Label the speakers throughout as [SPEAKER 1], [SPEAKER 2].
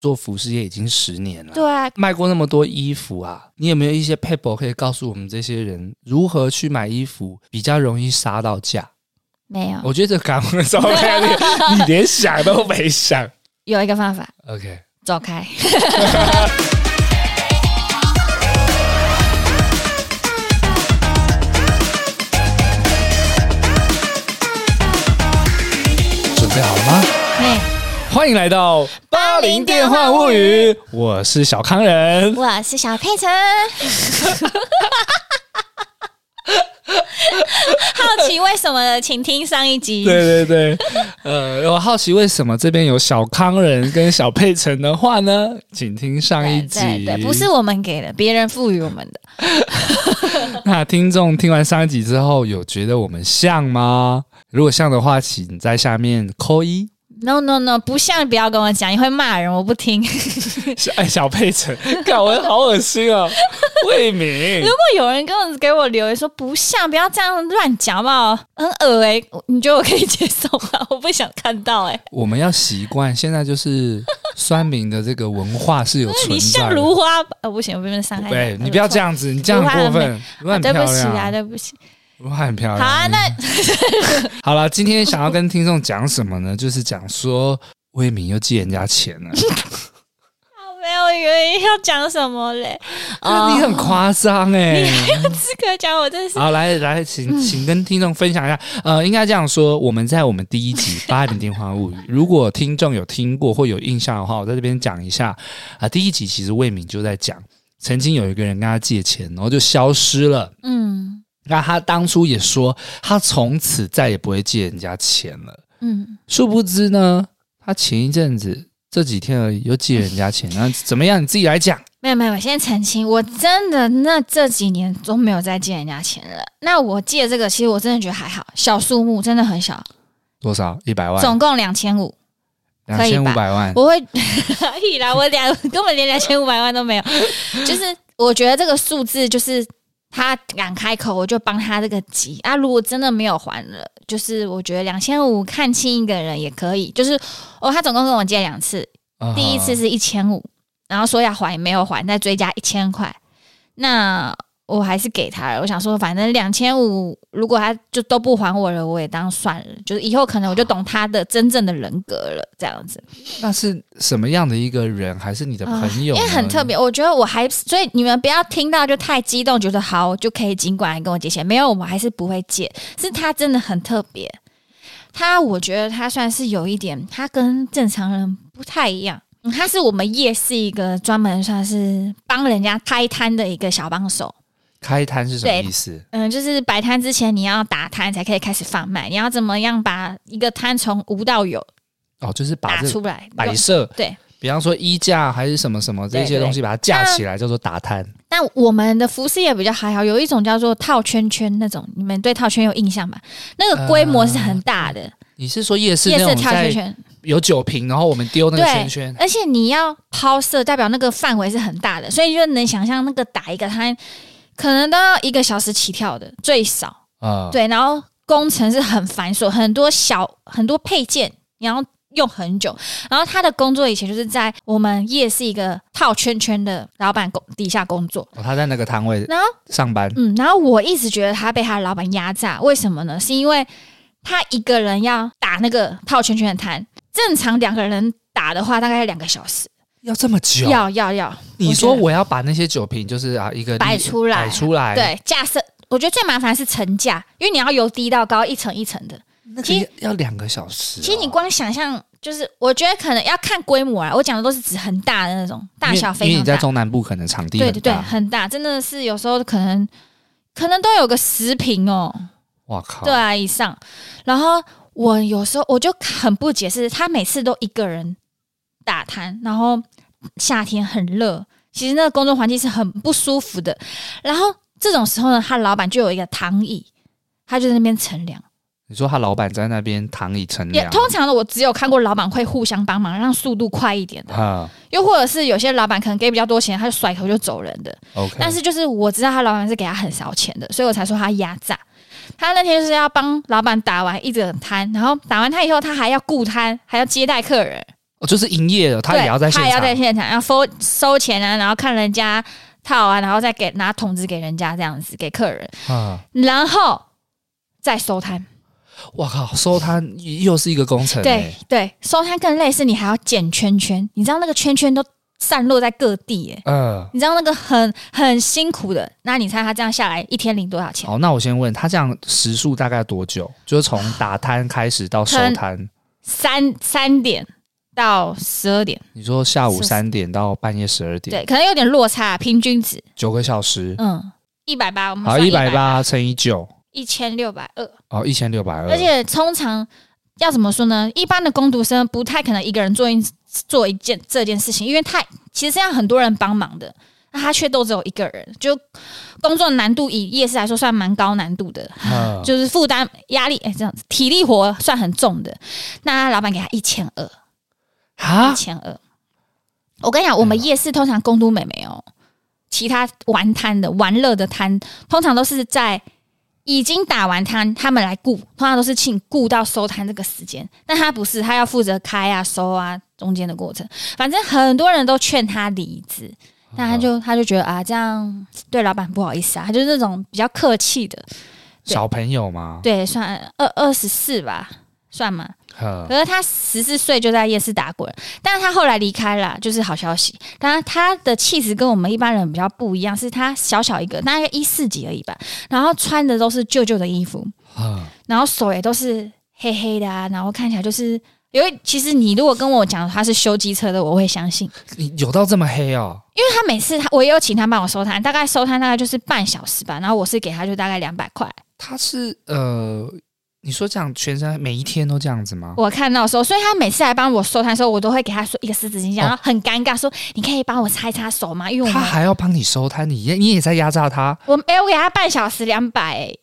[SPEAKER 1] 做服饰业已经十年了，
[SPEAKER 2] 对啊，
[SPEAKER 1] 卖过那么多衣服啊，你有没有一些 paper 可以告诉我们这些人如何去买衣服比较容易杀到价？
[SPEAKER 2] 没有
[SPEAKER 1] 我觉得这感恩照片你你连想都没想。
[SPEAKER 2] 有一个方法，
[SPEAKER 1] OK，
[SPEAKER 2] 走 开。
[SPEAKER 1] 准备好了吗？
[SPEAKER 2] 嘿，
[SPEAKER 1] 欢迎来到《八零电幻物语》，我是小康人。
[SPEAKER 2] 我是小佩 岑。好奇为什么的，请听上一集。
[SPEAKER 1] 对对对，呃，我好奇为什么这边有小康人跟小佩岑的话呢？请听上一
[SPEAKER 2] 对
[SPEAKER 1] 集。
[SPEAKER 2] 对对，不是我们给的，别人赋予我们的。
[SPEAKER 1] 那听众听完上一集之后，有觉得我们像吗？如果像的话，请在下面扣一。
[SPEAKER 2] No no no，不像，不要跟我讲，你会骂人，我不听。
[SPEAKER 1] 小 哎，小佩 岑，搞我好恶心 哦，魏敏
[SPEAKER 2] 如。果有人跟我给我留言说不像，不要这样乱讲好不好？很恶哎、我你觉得我可以接受吗？ 我不想看到哎、
[SPEAKER 1] 我们要习惯，现在就是酸民的这个文化是有存
[SPEAKER 2] 你像
[SPEAKER 1] 在的。
[SPEAKER 2] 如花，呃、不行，我不能伤害
[SPEAKER 1] 对
[SPEAKER 2] 人
[SPEAKER 1] 你不要这，样子，你这样很过分。如花很
[SPEAKER 2] 我错
[SPEAKER 1] 漂
[SPEAKER 2] 哎对不起啊，
[SPEAKER 1] 亮，
[SPEAKER 2] 对不起。
[SPEAKER 1] 如花很漂
[SPEAKER 2] 好
[SPEAKER 1] 亮。
[SPEAKER 2] 啊，那
[SPEAKER 1] 好了，今天想要跟听众讲什么呢？就是讲说魏敏又借人家钱 了，
[SPEAKER 2] 没有原因要讲什么 嘞？呃哦
[SPEAKER 1] 啊，你很夸张哎。
[SPEAKER 2] 资格讲，我真是
[SPEAKER 1] 好，来来，
[SPEAKER 2] 嗯
[SPEAKER 1] 请请跟听众分享一下。呃，应该这样说，我们在我们第一 集《八点电话物语》，如果听众有听过或有印象的话，我在这边讲一下啊、第一集其实魏敏就在讲，曾经有一个人跟他借钱，然后就消失了。
[SPEAKER 2] 嗯
[SPEAKER 1] 那他当初也说，他从此再也不会借人家钱了。
[SPEAKER 2] 嗯，
[SPEAKER 1] 殊不知呢，他前一阵子这几天而已又借人家钱，那怎么样？你自己来讲。
[SPEAKER 2] 没有没有，我先澄清，我真的那这几年都没有再借人家钱了。那我借这个，其实我真的觉得还好，小数目真的很小，
[SPEAKER 1] 多少？一百万，
[SPEAKER 2] 总共两千五。
[SPEAKER 1] 两
[SPEAKER 2] 可以
[SPEAKER 1] 千五
[SPEAKER 2] 吧
[SPEAKER 1] 百万。
[SPEAKER 2] 我会 屁啦，我两根本连两千五百万都没有。就是我觉得这个数字，就是他敢开口，我就帮他这个急啊。如果真的没有还了，就是我觉得两千五看清一个人也可以。就是哦，他总共跟我借两次，
[SPEAKER 1] 啊
[SPEAKER 2] 第一次是一千五，然后说要还没有还，再追加一千块。那我还是给他了，我想说，反正两千五，如果他就都不还我了，我也当算了，就是以后可能我就懂他的真正的人格了，这样子。
[SPEAKER 1] 那是什么样的一个人？还是你的朋友、
[SPEAKER 2] 啊因为很特。别，我觉得我还所以你们不要听到就太激动，觉得好就可以尽管来跟我借钱。没有，我还是不会借。是他真的很特别，他我觉得他算是有一点，他跟正常人不太一样。嗯他是我们夜市一个专门算是帮人家开摊的一个小帮手。
[SPEAKER 1] 开摊是什么意思？
[SPEAKER 2] 嗯，就是摆摊之前你要打摊才可以开始贩卖，你要怎么样把一个摊从无到有
[SPEAKER 1] 哦，就是把
[SPEAKER 2] 打
[SPEAKER 1] 这
[SPEAKER 2] 出来？
[SPEAKER 1] 摆设，
[SPEAKER 2] 对，
[SPEAKER 1] 比方说衣架还是什么什么这些
[SPEAKER 2] 对对
[SPEAKER 1] 东西，把它架起来叫做打摊。
[SPEAKER 2] 但我们的服饰也比较还好，有一种叫做套圈圈那种，你们对套圈有印象吧？那个规模是很呃大的，
[SPEAKER 1] 你是说夜市
[SPEAKER 2] 夜
[SPEAKER 1] 那
[SPEAKER 2] 市
[SPEAKER 1] 种
[SPEAKER 2] 套圈
[SPEAKER 1] 在
[SPEAKER 2] 圈，
[SPEAKER 1] 有酒瓶，然后我们丢那个圈圈？
[SPEAKER 2] 而且你要抛射，代表那个范围是很大的，所以你就能想象那个打一个摊，可能都要一个小时起跳的最少。
[SPEAKER 1] 啊、
[SPEAKER 2] 对，然后工程是很繁琐，很多小很多配件，你要用很久。然后他的工作以前就是在我们夜市一个套圈圈的老板工底下工作，
[SPEAKER 1] 哦，他在那个摊位
[SPEAKER 2] 然后
[SPEAKER 1] 上班，
[SPEAKER 2] 嗯，然后我一直觉得他被他的老板压榨，为什么呢？是因为他一个人要打那个套圈圈的摊，正常两个人打的话大概要两个小时，
[SPEAKER 1] 要这么久？
[SPEAKER 2] 要要要，
[SPEAKER 1] 你说
[SPEAKER 2] 我觉得
[SPEAKER 1] 我要把那些酒瓶，就是啊，一个
[SPEAKER 2] 摆出来
[SPEAKER 1] 摆出来，，
[SPEAKER 2] 对架设。我觉得最麻烦是层架，因为你要由低到高一层一层的。
[SPEAKER 1] 那个
[SPEAKER 2] 其
[SPEAKER 1] 要
[SPEAKER 2] 实
[SPEAKER 1] 要两个小时哦、
[SPEAKER 2] 其实你光想象，就是我觉得可能要看规模啊。我讲的都是指很大的那种，大小
[SPEAKER 1] 因为
[SPEAKER 2] 非
[SPEAKER 1] 因为
[SPEAKER 2] 常
[SPEAKER 1] 你在
[SPEAKER 2] 大。
[SPEAKER 1] 中南部可能场地
[SPEAKER 2] 对
[SPEAKER 1] 很
[SPEAKER 2] 对对，
[SPEAKER 1] 大，
[SPEAKER 2] 很大，真的是有时候可能可能都有个十平哦。
[SPEAKER 1] 哇靠，
[SPEAKER 2] 对啊，以上。然后我有时候我就很不解释，他每次都一个人打摊，然后夏天很热，其实那个工作环境是很不舒服的。然后这种时候呢，他老板就有一个躺椅，他就在那边乘凉。
[SPEAKER 1] 你说他老板在那边躺椅乘
[SPEAKER 2] 也
[SPEAKER 1] 凉，
[SPEAKER 2] 通常呢，我只有看过老板会互相帮忙，让速度快一点的，
[SPEAKER 1] 啊
[SPEAKER 2] 又或者是有些老板可能给比较多钱，他就甩头就走人的。
[SPEAKER 1] ，OK，
[SPEAKER 2] 但是就是我知道他老板是给他很少钱的，所以我才说他压榨。他那天就是要帮老板打完一整摊，然后打完摊以后，他还要顾摊，还要接待客人，
[SPEAKER 1] 哦，就是营业的，他也要在现
[SPEAKER 2] 他也要在
[SPEAKER 1] 场。
[SPEAKER 2] 现场，要收收钱啊，然后看人家套啊，然后再给拿桶子给人家这样子给客人，
[SPEAKER 1] 啊，
[SPEAKER 2] 然后再收摊。
[SPEAKER 1] 哇靠，收摊又是一个工程、欸。
[SPEAKER 2] 对对，收摊更累，是你还要剪圈圈，你知道那个圈圈都散落在各地耶、
[SPEAKER 1] 嗯、
[SPEAKER 2] 你知道那个很很辛苦的，那你猜他这样下来一天领多少钱？
[SPEAKER 1] 好，那我先问他，这样时速大概多久？就是从打摊开始到收摊，
[SPEAKER 2] 三三点到十二点，
[SPEAKER 1] 你说下午
[SPEAKER 2] 是
[SPEAKER 1] 三点到半夜十二点，
[SPEAKER 2] 对，可能有点落差，平均值，
[SPEAKER 1] 九个小时，
[SPEAKER 2] 嗯，一百八，我们
[SPEAKER 1] 好，
[SPEAKER 2] 算
[SPEAKER 1] 一
[SPEAKER 2] 180
[SPEAKER 1] 百，八乘以九，
[SPEAKER 2] 一千六百二，
[SPEAKER 1] 哦，一千六百二，
[SPEAKER 2] 而且通常要怎么说呢？一般的工读生不太可能一个人做一做一件这件事情，因为太其实要很多人帮忙的，那他却都只有一个人，就工作难度以夜市来说算蛮高难度的，
[SPEAKER 1] 嗯
[SPEAKER 2] 就是负担压力哎、这样子体力活算很重的。那老板给他一千二，
[SPEAKER 1] 啊
[SPEAKER 2] 一，千二。我跟你讲，我们夜市通常工读美眉哦，其他玩摊的、玩乐的摊，通常都是在已经打完摊，他们来顾，通常都是请顾到收摊这个时间。但他不是，他要负责开啊、收啊中间的过程。反正很多人都劝他离职，但他就他就觉得啊，这样对老板不好意思啊，他就是那种比较客气的，
[SPEAKER 1] 小朋友嘛，
[SPEAKER 2] 对，算二二十四吧，算吗？
[SPEAKER 1] 嗯
[SPEAKER 2] 可是他十四岁就在夜市打滚，但是他后来离开了，就是好消息。当然，他的气质跟我们一般人比较不一样，是他小小一个，大概一四级而已吧。然后穿的都是旧旧的衣服，
[SPEAKER 1] 嗯
[SPEAKER 2] 然后手也都是黑黑的啊，然后看起来就是，因为其实你如果跟我讲他是修机车的，我会相信，
[SPEAKER 1] 你有到这么黑哦？
[SPEAKER 2] 因为他每次他我也有请他帮我收摊，大概收摊大概就是半小时吧，然后我是给他就大概两百块，
[SPEAKER 1] 他是呃，你说这样全身每一天都这样子吗？
[SPEAKER 2] 我看到的时候，所以他每次来帮我收摊的时候，我都会给他说一个湿纸巾，然后很尴尬说：“你可以帮我擦一擦手吗？”因为我
[SPEAKER 1] 哦他
[SPEAKER 2] 们
[SPEAKER 1] 还要帮你收摊，你也你也在压榨他
[SPEAKER 2] 我哎、我给他半小时两百、欸，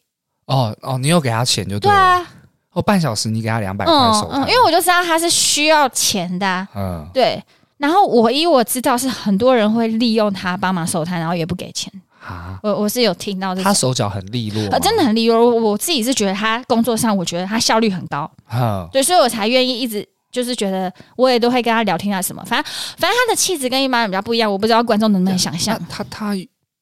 [SPEAKER 1] 哦哦，你有给他钱就
[SPEAKER 2] 对
[SPEAKER 1] 了，
[SPEAKER 2] 啊，
[SPEAKER 1] 哦，半小时你给他两百块
[SPEAKER 2] 嗯
[SPEAKER 1] 收
[SPEAKER 2] 嗯，
[SPEAKER 1] 摊，
[SPEAKER 2] 因为我就知道他是需要钱的啊、
[SPEAKER 1] 嗯
[SPEAKER 2] 对。然后我以我知道是很多人会利用他帮忙收摊，然后也不给钱。
[SPEAKER 1] 啊，
[SPEAKER 2] 我我是有听到这
[SPEAKER 1] 他
[SPEAKER 2] 种，
[SPEAKER 1] 手脚很利落吗，
[SPEAKER 2] 呃，真的很利用。我我自己是觉得他工作上，我觉得他效率很高。
[SPEAKER 1] 嗯，
[SPEAKER 2] 对，所以我才愿意一直就是觉得我也都会跟他聊天啊什么，反正反正他的气质跟一般人比较不一样，我不知道观众能不能想象
[SPEAKER 1] 那，他他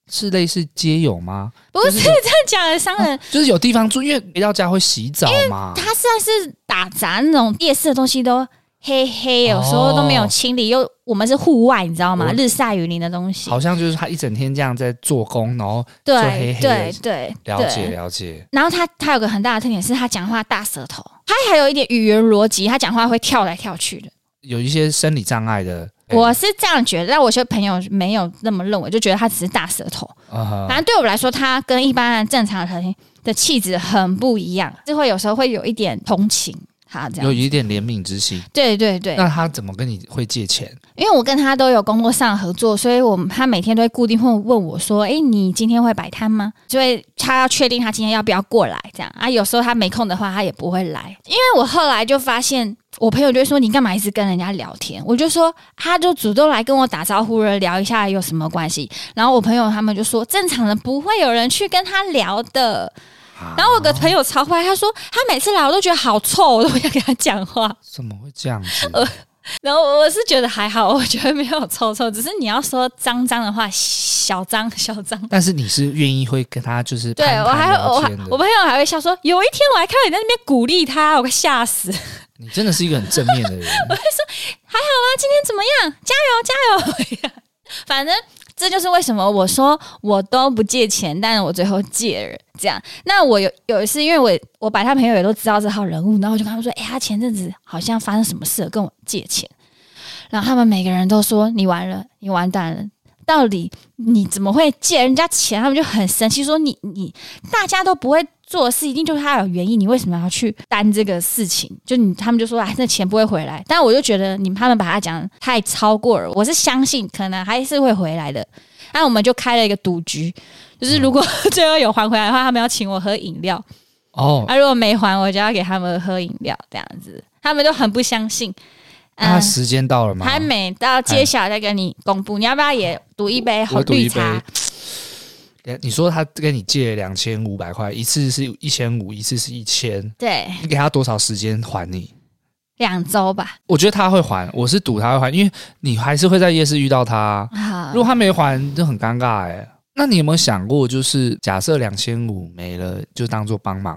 [SPEAKER 1] 是类似街友吗？
[SPEAKER 2] 不
[SPEAKER 1] 就是 是
[SPEAKER 2] 这讲的商人，
[SPEAKER 1] 就是有地方住，因为回到家会洗澡嘛。
[SPEAKER 2] 哦他算是打杂那种夜市的东西都。黑黑，有时
[SPEAKER 1] 哦
[SPEAKER 2] 候都没有清理，又我们是户外，你知道吗？
[SPEAKER 1] 我
[SPEAKER 2] 日晒雨淋的东西，
[SPEAKER 1] 好像就是他一整天这样在做工，然后
[SPEAKER 2] 对
[SPEAKER 1] 就黑黑的
[SPEAKER 2] 对对
[SPEAKER 1] 了解
[SPEAKER 2] 对。
[SPEAKER 1] 了解。
[SPEAKER 2] 然后他他有个很大的特点是他讲话大舌头，他还有一点语言逻辑，他讲话会跳来跳去的。
[SPEAKER 1] 有一些生理障碍的，
[SPEAKER 2] 我是这样觉得，但我有些朋友没有那么认为，就觉得他只是大舌头。
[SPEAKER 1] 啊
[SPEAKER 2] 反正对我来说，他跟一般的正常人的气质很不一样，就会有时候会有一点同情他这
[SPEAKER 1] 有
[SPEAKER 2] 样。
[SPEAKER 1] 一点怜悯之心。
[SPEAKER 2] 对对对，
[SPEAKER 1] 那他怎么跟你会借钱？
[SPEAKER 2] 因为我跟他都有工作上合作，所以我们他每天都会固定会问我说：“诶，你今天会摆摊吗？”所以他要确定他今天要不要过来这样啊。有时候他没空的话，他也不会来。因为我后来就发现，我朋友就会说：“你干嘛一直跟人家聊天？”我就说：“他就主动来跟我打招呼了，聊一下有什么关系？”然后我朋友他们就说：“正常人不会有人去跟他聊的。”然后我有个朋友超坏，他说他每次来我都觉得好臭，我都不想跟他讲话。
[SPEAKER 1] 怎么会这样子？
[SPEAKER 2] 呃然后我是觉得还好， 我觉得没有臭臭，只是你要说脏脏的话，小脏小脏。
[SPEAKER 1] 但是你是愿意会跟他就是
[SPEAKER 2] 对
[SPEAKER 1] 攀
[SPEAKER 2] 我还
[SPEAKER 1] 谈聊
[SPEAKER 2] 我还
[SPEAKER 1] 天的，
[SPEAKER 2] 我朋友还会笑说，有一天我还看到你在那边鼓励他，我快吓死！啊，
[SPEAKER 1] 你真的是一个很正面的人。
[SPEAKER 2] 今天怎么样？加油加油！ 反正这就是为什么我说我都不借钱，但是我最后借了。这样，那我有有一次，因为我我把他朋友也都知道这号人物，然后我就跟他们说，哎、他前阵子好像发生什么事了，跟我借钱。然后他们每个人都说你完了，你完蛋了。到底你怎么会借人家钱？他们就很生气，说你你大家都不会做的事，一定就是他有原因，你为什么要去担这个事情？就你他们就说哎，那钱不会回来。但我就觉得你们他们把他讲太超过了，我是相信可能还是会回来的。那我们就开了一个赌局，就是如果最后有还回来的话，他们要请我喝饮料；
[SPEAKER 1] 哦，
[SPEAKER 2] 啊，如果没还，我就要给他们喝饮料，这样子，他们就很不相信。
[SPEAKER 1] 那他啊时间到了吗？
[SPEAKER 2] 嗯还没到揭晓再跟你公布，你要不要也赌一杯红
[SPEAKER 1] 我赌
[SPEAKER 2] 绿
[SPEAKER 1] 一杯 哎
[SPEAKER 2] 茶？。
[SPEAKER 1] 你说他跟你借两千五百块，一次是一千五，一次是一千，
[SPEAKER 2] 对，
[SPEAKER 1] 你给他多少时间还你？
[SPEAKER 2] 两周吧。
[SPEAKER 1] 我觉得他会还，我是赌他会还，因为你还是会在夜市遇到他啊。
[SPEAKER 2] 啊
[SPEAKER 1] 如果他没还，就很尴尬哎、那你有没有想过，就是假设两千五没了，就当做帮忙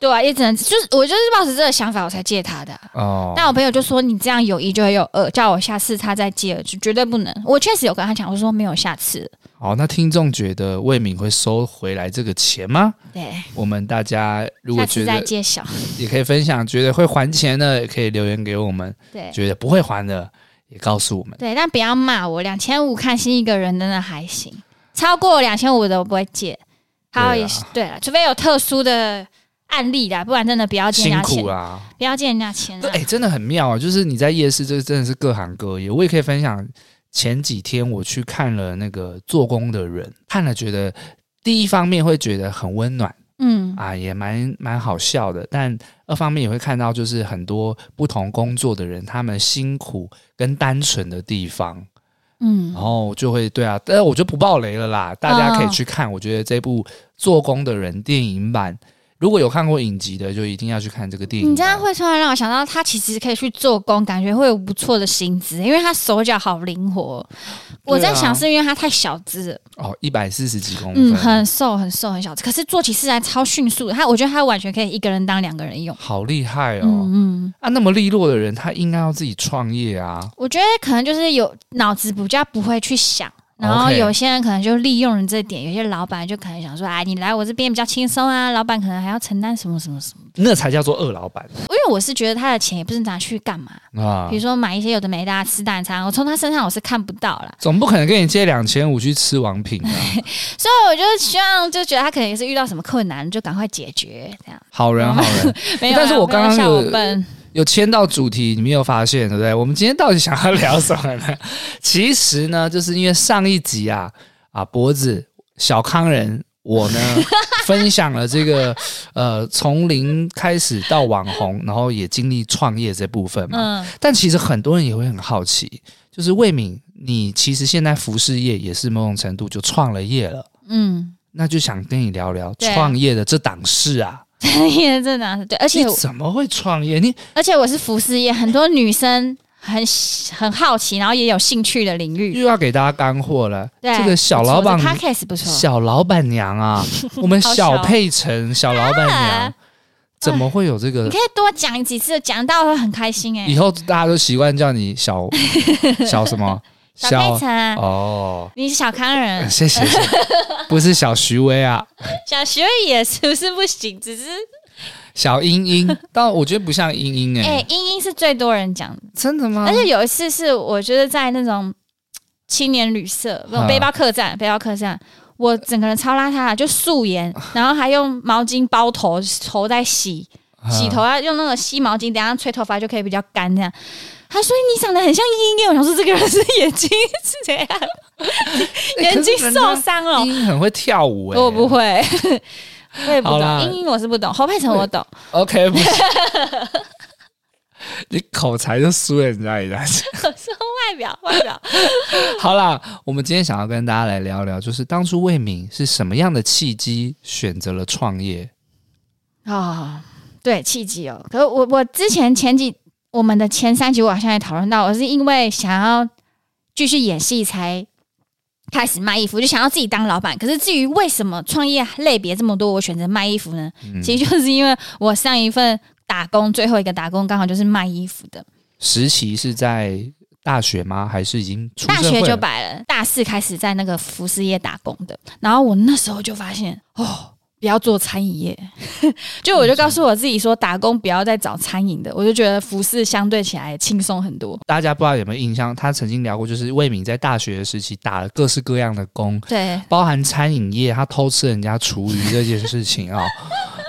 [SPEAKER 2] 对啊，也只能就是我就是抱着这个想法，我才借他的啊、
[SPEAKER 1] 哦？
[SPEAKER 2] 但我朋友就说你这样有一就会有二，叫我下次他再借，就绝对不能。我确实有跟他讲，我说没有下次了。
[SPEAKER 1] 好，那听众觉得魏敏会收回来这个钱吗？
[SPEAKER 2] 对，
[SPEAKER 1] 我们大家如果
[SPEAKER 2] 下
[SPEAKER 1] 觉
[SPEAKER 2] 次再
[SPEAKER 1] 得嗯
[SPEAKER 2] 揭晓。
[SPEAKER 1] 也可以分享，觉得会还钱的也可以留言给我们，
[SPEAKER 2] 对
[SPEAKER 1] 觉得不会还的也告诉我们。
[SPEAKER 2] 对，但不要骂我，两千五看心一个人真的还行，超过两千五的我不会借。
[SPEAKER 1] 啊
[SPEAKER 2] 还有也是对了，除非有特殊的案例啦，不然真的不要借
[SPEAKER 1] 辛
[SPEAKER 2] 人家钱
[SPEAKER 1] 苦，啊啦，
[SPEAKER 2] 不要借人家钱
[SPEAKER 1] 对，
[SPEAKER 2] 啦。
[SPEAKER 1] 哎、真的很妙啊！就是你在夜市，这真的是各行各业。我也可以分享，前几天我去看了那个做工的人，看了觉得第一方面会觉得很温暖
[SPEAKER 2] 嗯，
[SPEAKER 1] 啊，也蛮蛮好笑的，但二方面也会看到就是很多不同工作的人，他们辛苦跟单纯的地方，
[SPEAKER 2] 嗯
[SPEAKER 1] 然，后就会对啊，但我就不爆雷了啦，大家可以去看。我觉得这部做工的人电影版。如果有看过影集的，就一定要去看这个电影版。
[SPEAKER 2] 你这样会突然让我想到，他其实可以去做工，感觉会有不错的薪资，因为他手脚好灵活。我在想，是因为他太小只了，
[SPEAKER 1] 哦，一百四十几公分，
[SPEAKER 2] 嗯，很瘦很瘦很小只，可是做起事来超迅速的。他我觉得他完全可以一个人当两个人用。
[SPEAKER 1] 好厉害哦！
[SPEAKER 2] 嗯嗯，
[SPEAKER 1] 啊，那么利落的人，他应该要自己创业啊。
[SPEAKER 2] 我觉得可能就是有脑子比较不会去想。然后
[SPEAKER 1] OK
[SPEAKER 2] 有些人可能就利用了这点，有些老板就可能想说，哎，你来我这边比较轻松啊，老板可能还要承担什么什么什么。
[SPEAKER 1] 那才叫做二老板
[SPEAKER 2] 因为我是觉得他的钱也不是拿去干嘛，
[SPEAKER 1] 啊
[SPEAKER 2] 比！如说买一些有的没的啊吃大餐，我从他身上我是看不到啦。
[SPEAKER 1] 总不可能跟你借两千五去吃王品啊吧？
[SPEAKER 2] 所以我就希望，就觉得他可能也是遇到什么困难，就赶快解决这样。
[SPEAKER 1] 好人好人，
[SPEAKER 2] 没有啊，
[SPEAKER 1] 但是我刚刚
[SPEAKER 2] 没有
[SPEAKER 1] 有
[SPEAKER 2] 笑我笨，
[SPEAKER 1] 有签到主题，你没有发现对不对？我们今天到底想要聊什么 呢？其实呢，就是因为上一集啊啊，脖子小康人我呢分享了这 个呃从零开始到网红，然后也经历创业这部分嘛。
[SPEAKER 2] 嗯，
[SPEAKER 1] 但其实很多人也会很好奇，就是魏敏，你其实现在服饰业也是某种程度就创了业了，
[SPEAKER 2] 嗯，
[SPEAKER 1] 那就想跟你聊聊
[SPEAKER 2] 对啊
[SPEAKER 1] 创业的这档事啊。
[SPEAKER 2] 业嗯真的是对，而且
[SPEAKER 1] 你怎么会创业？你
[SPEAKER 2] 而且我是服饰业，很多女生很喜很好奇，然后也有兴趣的领域。
[SPEAKER 1] 又要给大家干货了。
[SPEAKER 2] 对，
[SPEAKER 1] 这个小老板，
[SPEAKER 2] 他 case 不错，
[SPEAKER 1] 小老板娘 啊，我们
[SPEAKER 2] 好
[SPEAKER 1] 小
[SPEAKER 2] 小
[SPEAKER 1] 佩岑，小老板娘
[SPEAKER 2] 啊，哎
[SPEAKER 1] 怎么会有这
[SPEAKER 2] 你
[SPEAKER 1] 个
[SPEAKER 2] 可？以多讲几次，讲到会很开心哎、
[SPEAKER 1] 以后大家都习惯叫你 小小什么
[SPEAKER 2] 小佩岑啊，
[SPEAKER 1] 哦，
[SPEAKER 2] 你是小 康人，
[SPEAKER 1] 谢谢，谢谢不是小徐威啊，
[SPEAKER 2] 小学也是不是不行？只是
[SPEAKER 1] 小英英，但我觉得不像英英哎、
[SPEAKER 2] 哎，英英是最多人讲的。
[SPEAKER 1] 真的吗
[SPEAKER 2] 而？且有一次是我觉得在那种青年旅社，不
[SPEAKER 1] 啊
[SPEAKER 2] 背包客栈，背包客栈，我整个人超邋遢的，就素颜，然后还用毛巾包头，头在洗，
[SPEAKER 1] 啊
[SPEAKER 2] 洗头要用那个吸毛巾，等一下吹头发就可以比较干这样。他说你长得很像英英，我想说这个人是眼睛是怎 样，
[SPEAKER 1] 哎
[SPEAKER 2] 眼睛受伤
[SPEAKER 1] 啊
[SPEAKER 2] 了。
[SPEAKER 1] 英英很会跳舞哎、
[SPEAKER 2] 我不会， 我也不
[SPEAKER 1] 好啦
[SPEAKER 2] 懂，英英我是不懂，侯佩岑我懂，
[SPEAKER 1] OK，不是 你口才就输人家一大截。
[SPEAKER 2] 说外表外表，
[SPEAKER 1] 好啦，我们今天想要跟大家来聊聊，就是当初魏敏是什么样的契机选择了创业？
[SPEAKER 2] 啊、对，契机哦。可是我我之前前几我们的前三集我好像也讨论到，我是因为想要继续演戏才开始卖衣服，就想要自己当老板。可是至于为什么创业类别这么多，我选择卖衣服呢？
[SPEAKER 1] 嗯
[SPEAKER 2] 其实就是因为我上一份打工最后一个打工刚好就是卖衣服的，
[SPEAKER 1] 实习是在大学吗？还是已经出
[SPEAKER 2] 大
[SPEAKER 1] 社
[SPEAKER 2] 学
[SPEAKER 1] 会
[SPEAKER 2] 就
[SPEAKER 1] 了？
[SPEAKER 2] 摆了，大四开始在那个服饰业打工的。然后我那时候就发现，哦，不要做餐饮业， 就我就告诉我自己说，打工不要再找餐饮的。我就觉得服饰相对起来轻松很多。
[SPEAKER 1] 大家不知道有没有印象？他曾经聊过，就是魏敏在大学的时期打了各式各样的工，
[SPEAKER 2] 对，
[SPEAKER 1] 包含餐饮业，他偷吃人家厨余这件事情 啊、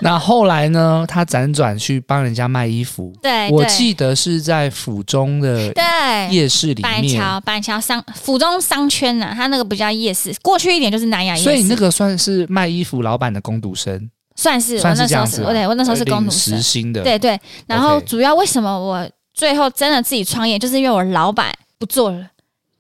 [SPEAKER 1] 那后来呢，他辗转去帮人家卖衣服，
[SPEAKER 2] 哎对，
[SPEAKER 1] 我
[SPEAKER 2] 对
[SPEAKER 1] 记得是在府中的
[SPEAKER 2] 对。
[SPEAKER 1] 夜市里
[SPEAKER 2] 板
[SPEAKER 1] 面，
[SPEAKER 2] 桥，啊板桥商府中商圈呐、啊，它那个不叫夜市，过去一点就是南雅夜市，
[SPEAKER 1] 所以那个算是卖衣服老板的工读生，
[SPEAKER 2] 算是
[SPEAKER 1] 算
[SPEAKER 2] 我
[SPEAKER 1] 是
[SPEAKER 2] 那
[SPEAKER 1] 这
[SPEAKER 2] 时候
[SPEAKER 1] 样
[SPEAKER 2] 是，
[SPEAKER 1] 子啊、
[SPEAKER 2] 我对我那时候是工读
[SPEAKER 1] 领
[SPEAKER 2] 生
[SPEAKER 1] 时，薪的，
[SPEAKER 2] 对对，然后
[SPEAKER 1] OK
[SPEAKER 2] 主要为什么我最后真的自己创业，就是因为我老板不做了，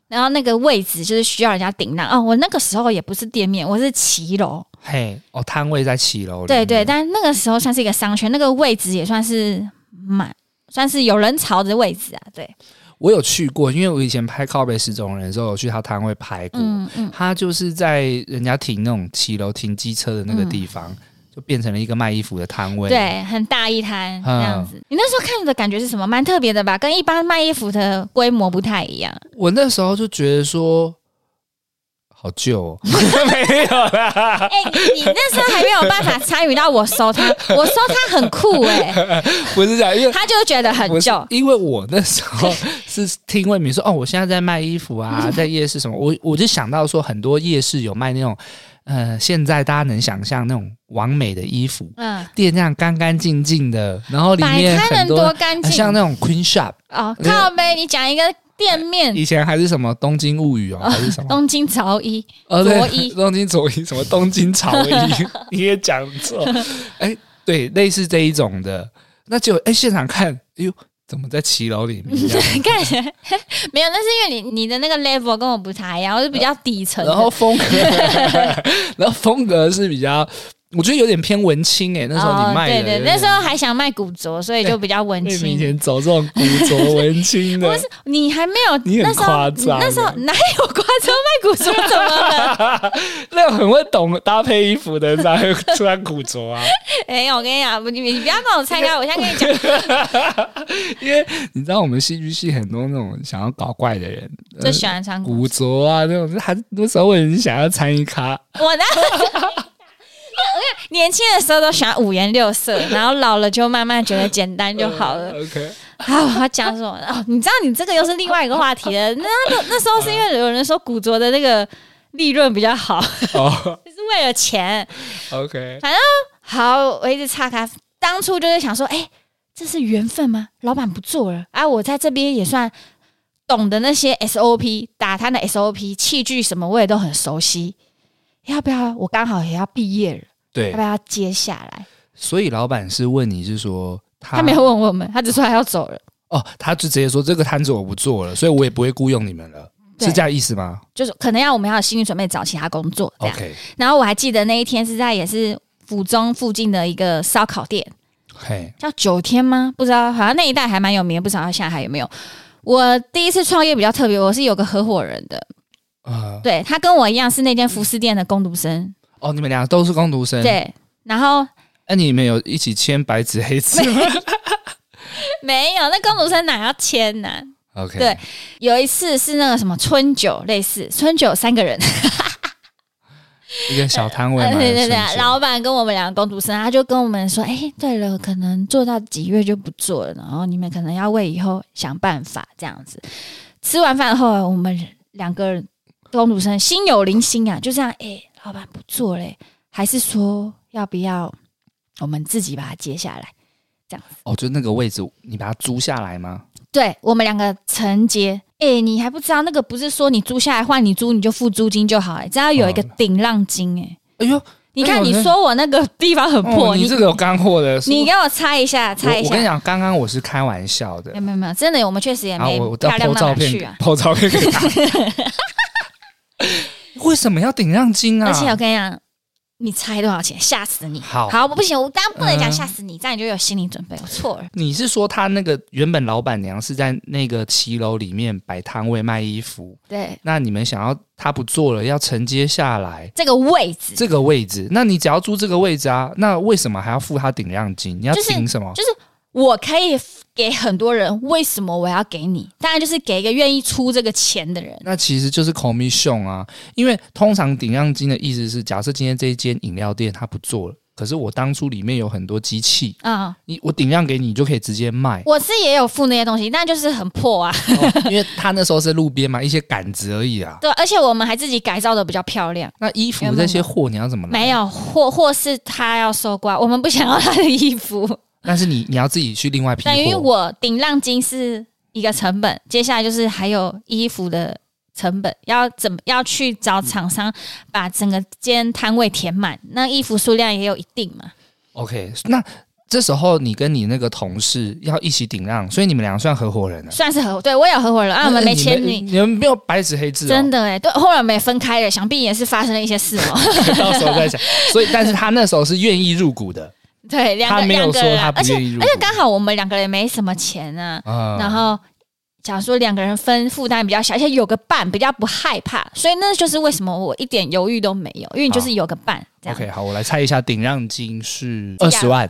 [SPEAKER 2] 然后那个位置就是需要人家顶让。哦，我那个时候也不是店面，我是骑楼，
[SPEAKER 1] 嘿，哦，摊位在七楼，
[SPEAKER 2] 对对，，但那个时候算是一个商圈，那个位置也算是蛮算是有人潮的位置啊，对，
[SPEAKER 1] 我有去过，因为我以前拍靠北十种人的时候，我去他摊位拍过。
[SPEAKER 2] 嗯嗯，
[SPEAKER 1] 他就是在人家停那种骑楼停机车的那个地方，就变成了一个卖衣服的摊位。，
[SPEAKER 2] 嗯对，很大一摊这
[SPEAKER 1] 嗯
[SPEAKER 2] 样子。你那时候看的感觉是什么？蛮特别的吧，跟一般卖衣服的规模不太一样。
[SPEAKER 1] 我那时候就觉得说，好旧、哦， 没有啦，
[SPEAKER 2] 哎、你你那时候还没有办法参与到我收它，我收它很酷哎、
[SPEAKER 1] 不是这样，因为。
[SPEAKER 2] 他就觉得很
[SPEAKER 1] 我是
[SPEAKER 2] 旧。
[SPEAKER 1] 因为我那时 候是听魏明说，哦，我现在在卖衣服啊，在夜市什么，我我就想到说，很多夜市有卖那种，呃，现在大家能想象那种完美的衣服，
[SPEAKER 2] 嗯，
[SPEAKER 1] 店这样干干净净的，然后里
[SPEAKER 2] 摆
[SPEAKER 1] 面
[SPEAKER 2] 摊
[SPEAKER 1] 很
[SPEAKER 2] 能多干净
[SPEAKER 1] 啊像那种 Queen Shop，
[SPEAKER 2] 哦，靠呗，你讲一个店面，
[SPEAKER 1] 以前还是什么东京物语哦，还是什么
[SPEAKER 2] 东京潮衣，
[SPEAKER 1] 哦对
[SPEAKER 2] 佐伊
[SPEAKER 1] 东京佐伊什么东京潮 衣，你也讲错。哎，对，类似这一种的，那就哎现场看，哎呦，怎么在骑楼里面这样？
[SPEAKER 2] 你看没有？那是因为你你的那个 level 跟我不太一样，我是比较底层的。哦
[SPEAKER 1] 然后风格，然后风格是比较，我觉得有点偏文青哎、那时候
[SPEAKER 2] 哦
[SPEAKER 1] 你卖的有
[SPEAKER 2] 对
[SPEAKER 1] 点，
[SPEAKER 2] 对，那时候还想卖古着，所以就比较文
[SPEAKER 1] 魏明以
[SPEAKER 2] 青。
[SPEAKER 1] 前走这种古着文青的，
[SPEAKER 2] 你还没有，
[SPEAKER 1] 你很
[SPEAKER 2] 那时候
[SPEAKER 1] 夸张
[SPEAKER 2] 那时候哪有夸张卖古着怎么了？
[SPEAKER 1] 那种很会懂搭配衣服的才会穿古着 啊。
[SPEAKER 2] 哎、我跟你讲，你你不要跟我猜开，我现在跟 你讲，
[SPEAKER 1] 因为你知道我们戏剧系很多那种想要搞怪的人，
[SPEAKER 2] 最喜欢穿古
[SPEAKER 1] 古着啊那种，很多时候会很想要参与咖。
[SPEAKER 2] 我呢， 我看年轻的时候都喜欢五颜六色，然后老了就慢慢觉得简单就好了。
[SPEAKER 1] OK，
[SPEAKER 2] 啊，我要讲什么？哦，你知道你这个又是另外一个话题 了。那那那时候是因为有人说古着的那个利润比较好，
[SPEAKER 1] 哦、
[SPEAKER 2] 就是为了钱。
[SPEAKER 1] o k
[SPEAKER 2] 好，我一直岔开，当初就是想说，哎、这是缘分吗？老板不做了，啊，我在这边也算懂得那些 SOP，打他的 SOP 器具什么，我也都很熟悉。要不要？我刚好也要毕业了。
[SPEAKER 1] 对
[SPEAKER 2] 要不，要接下来？
[SPEAKER 1] 所以老板是问你是说他
[SPEAKER 2] 他没有问我们，他只说他要走了，
[SPEAKER 1] 哦，他就直接说这个摊子我不做了，所以我也不会雇佣你们了，
[SPEAKER 2] 对
[SPEAKER 1] 是这样意思吗
[SPEAKER 2] 就是可能要我们要有心理准备找其他工作这样。
[SPEAKER 1] ？OK，
[SPEAKER 2] 然后我还记得那一天是在也是府中附近的一个烧烤店，
[SPEAKER 1] 嘿，
[SPEAKER 2] 叫九天吗？不知道，好像那一带还蛮有名的，不知道现在还有没有。我第一次创业比较特别，我是有个合伙人的，
[SPEAKER 1] 呃，
[SPEAKER 2] 对他跟我一样是那间服饰店的工读生，
[SPEAKER 1] 哦，你们俩都是工读生，，
[SPEAKER 2] 对。然后
[SPEAKER 1] 那、你们有一起签白纸黑字吗
[SPEAKER 2] 没有，那工读生哪要签呢、
[SPEAKER 1] ？OK，
[SPEAKER 2] 对有一次是那个什么春酒，类似春酒三个人，
[SPEAKER 1] 一个小摊位
[SPEAKER 2] 呃
[SPEAKER 1] 嘛，
[SPEAKER 2] 对对对
[SPEAKER 1] 是不，是
[SPEAKER 2] 老板跟我们两个工读生，他就跟我们说，哎、对了，可能做到几月就不做了，然后你们可能要为以后想办法这样子。吃完饭后，我们两个工读生心有灵犀啊，就这样，哎、老板不做嘞、还是说要不要我们自己把它接下来？
[SPEAKER 1] 哦，就那个位置，你把它租下来吗？
[SPEAKER 2] 对我们两个承接。哎、你还不知道那个不是说你租下来换你租你就付租金就好、哎，这要有一个
[SPEAKER 1] 哦
[SPEAKER 2] 顶浪金哎、
[SPEAKER 1] 哎呦，
[SPEAKER 2] 你
[SPEAKER 1] 哎
[SPEAKER 2] 看，
[SPEAKER 1] 呦
[SPEAKER 2] 你
[SPEAKER 1] 那
[SPEAKER 2] 说我那个地方很破，
[SPEAKER 1] 哦、你这个有干货的，是
[SPEAKER 2] 你给我猜一下，猜一
[SPEAKER 1] 我我跟你
[SPEAKER 2] 下。
[SPEAKER 1] 讲，刚刚我是开玩笑的
[SPEAKER 2] 没有，没有没有，真的，我们确实也
[SPEAKER 1] 然后
[SPEAKER 2] 没
[SPEAKER 1] 我我再
[SPEAKER 2] 漂亮
[SPEAKER 1] po
[SPEAKER 2] 到
[SPEAKER 1] 照
[SPEAKER 2] 哪去
[SPEAKER 1] 片
[SPEAKER 2] 啊。
[SPEAKER 1] ，po 照片 给他。为什么要顶让金啊？
[SPEAKER 2] 而且我跟你讲，你猜多少钱？吓死你！
[SPEAKER 1] 好
[SPEAKER 2] 好，不行，我当然不能讲
[SPEAKER 1] 嗯
[SPEAKER 2] 吓死你，这样你就有心理准备。我错了，
[SPEAKER 1] 你是说他那个原本老板娘是在那个骑楼里面摆摊位卖衣服，
[SPEAKER 2] 对，
[SPEAKER 1] 那你们想要他不做了，要承接下来
[SPEAKER 2] 这个位置
[SPEAKER 1] 这个位置，那你只要租这个位置啊，那为什么还要付他顶让金？你要
[SPEAKER 2] 就是
[SPEAKER 1] 顶什么？
[SPEAKER 2] 就是我可以给很多人，为什么我要给你？当然就是给一个愿意出这个钱的人。
[SPEAKER 1] 那其实就是 commission 啊，因为通常顶让金的意思是，假设今天这一间饮料店它不做了，可是我当初里面有很多机器，
[SPEAKER 2] 啊、
[SPEAKER 1] 你我顶让给你，你就可以直接
[SPEAKER 2] ，
[SPEAKER 1] 卖
[SPEAKER 2] 我是也有付那些东西，但就是很破啊。
[SPEAKER 1] 哦因为他那时候是路边嘛，一些杆子而已啊。
[SPEAKER 2] 对，而且我们还自己改造的比较漂亮。
[SPEAKER 1] 那衣服这些货你要怎么来？
[SPEAKER 2] 没有，或或是他要收刮，我们不想要他的衣服。
[SPEAKER 1] 但是你你要自己去另外批货。
[SPEAKER 2] 等于我顶浪金是一个成本，接下来就是还有衣服的成本，要怎么要去找厂商把整个间摊位填满，那衣服数量也有一定嘛。
[SPEAKER 1] 嗯 OK，那这时候你跟你那个同事要一起顶让，所以你们俩算合伙人了、哎
[SPEAKER 2] 算是合伙，对我有合伙人啊，我们没签
[SPEAKER 1] 你
[SPEAKER 2] 你。
[SPEAKER 1] 们，你们没有白纸黑字、哦，
[SPEAKER 2] 真的哎、对，后来我们也分开了，想必也是发生了一些事哦。
[SPEAKER 1] 到时候再讲。所以，但是他那时候是愿意入股的。
[SPEAKER 2] 对， 两
[SPEAKER 1] 他
[SPEAKER 2] 个
[SPEAKER 1] 没有
[SPEAKER 2] 两个
[SPEAKER 1] 说
[SPEAKER 2] 人
[SPEAKER 1] 他，
[SPEAKER 2] 而
[SPEAKER 1] 不
[SPEAKER 2] 且
[SPEAKER 1] 愿意入
[SPEAKER 2] 而且
[SPEAKER 1] 股，
[SPEAKER 2] 刚好我们两个人没什么钱啊，
[SPEAKER 1] 啊
[SPEAKER 2] 然后假如说两个人分负担比较小，而且有个伴比较不害怕，所以那就是为什么我一点犹豫都没有，因为你就是有个伴这样。
[SPEAKER 1] OK 好，我来猜一下，顶让金是二十万。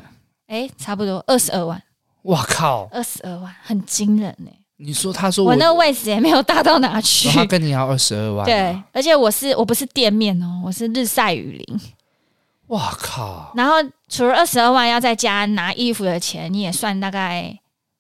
[SPEAKER 2] 哎，差不多二十二万，
[SPEAKER 1] 哇靠！
[SPEAKER 2] 二十二万很惊人呢、
[SPEAKER 1] 你说他说我，
[SPEAKER 2] 我那
[SPEAKER 1] 然
[SPEAKER 2] 位置也没有大到哪去
[SPEAKER 1] 后。哦他跟你要二十二万，
[SPEAKER 2] 对，，而且我是我不是店面哦，我是日晒雨淋。
[SPEAKER 1] 哇靠！
[SPEAKER 2] 然后除了二十二万要在家拿衣服的钱，你也算大概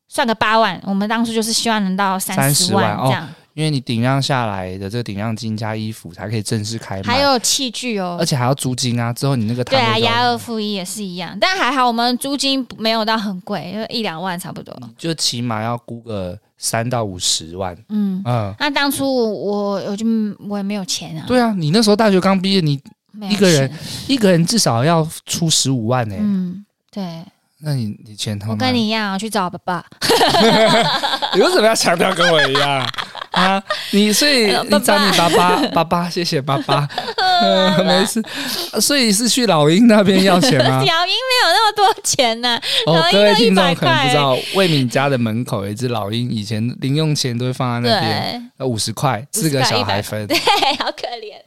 [SPEAKER 2] 算个八万。我们当初就是希望能到三
[SPEAKER 1] 30
[SPEAKER 2] 十
[SPEAKER 1] 万
[SPEAKER 2] 万
[SPEAKER 1] 哦
[SPEAKER 2] 这样，
[SPEAKER 1] 因为你顶让下来的这个顶让金加衣服才可以正式开卖，
[SPEAKER 2] 还有器具哦，
[SPEAKER 1] 而且还要租金啊，之后你那个
[SPEAKER 2] 对啊，
[SPEAKER 1] 摊位就要
[SPEAKER 2] 押二付一也是一样，但还好我们租金没有到很贵，就一两万差不多。
[SPEAKER 1] 就起码要估个三到五十万，
[SPEAKER 2] 嗯，
[SPEAKER 1] 嗯。
[SPEAKER 2] 那当初我我就我也没有钱啊，
[SPEAKER 1] 对啊，你那时候大学刚毕业，你
[SPEAKER 2] 没有
[SPEAKER 1] 一个人
[SPEAKER 2] 钱，
[SPEAKER 1] 一个人至少要出十五万呢、
[SPEAKER 2] 嗯，对
[SPEAKER 1] 那你你钱他
[SPEAKER 2] 我
[SPEAKER 1] 妈
[SPEAKER 2] 跟你一样、啊，去找爸爸，
[SPEAKER 1] 你为什么要强调跟我一样 啊？你所以
[SPEAKER 2] 呃
[SPEAKER 1] 你找你爸爸， 爸爸，谢谢爸 爸，呃、没事。所以是去老鹰那边要钱 吗
[SPEAKER 2] 小英？没有那么多钱呢、
[SPEAKER 1] 哦
[SPEAKER 2] 老，鹰
[SPEAKER 1] 各位听
[SPEAKER 2] 要
[SPEAKER 1] 众
[SPEAKER 2] 100
[SPEAKER 1] 可能不
[SPEAKER 2] 块
[SPEAKER 1] 知道，魏敏家的门口有一只老鹰，以前零用钱都会放在那边，
[SPEAKER 2] 对，
[SPEAKER 1] 呃，五十块，四个小孩分。
[SPEAKER 2] 对， 好可怜。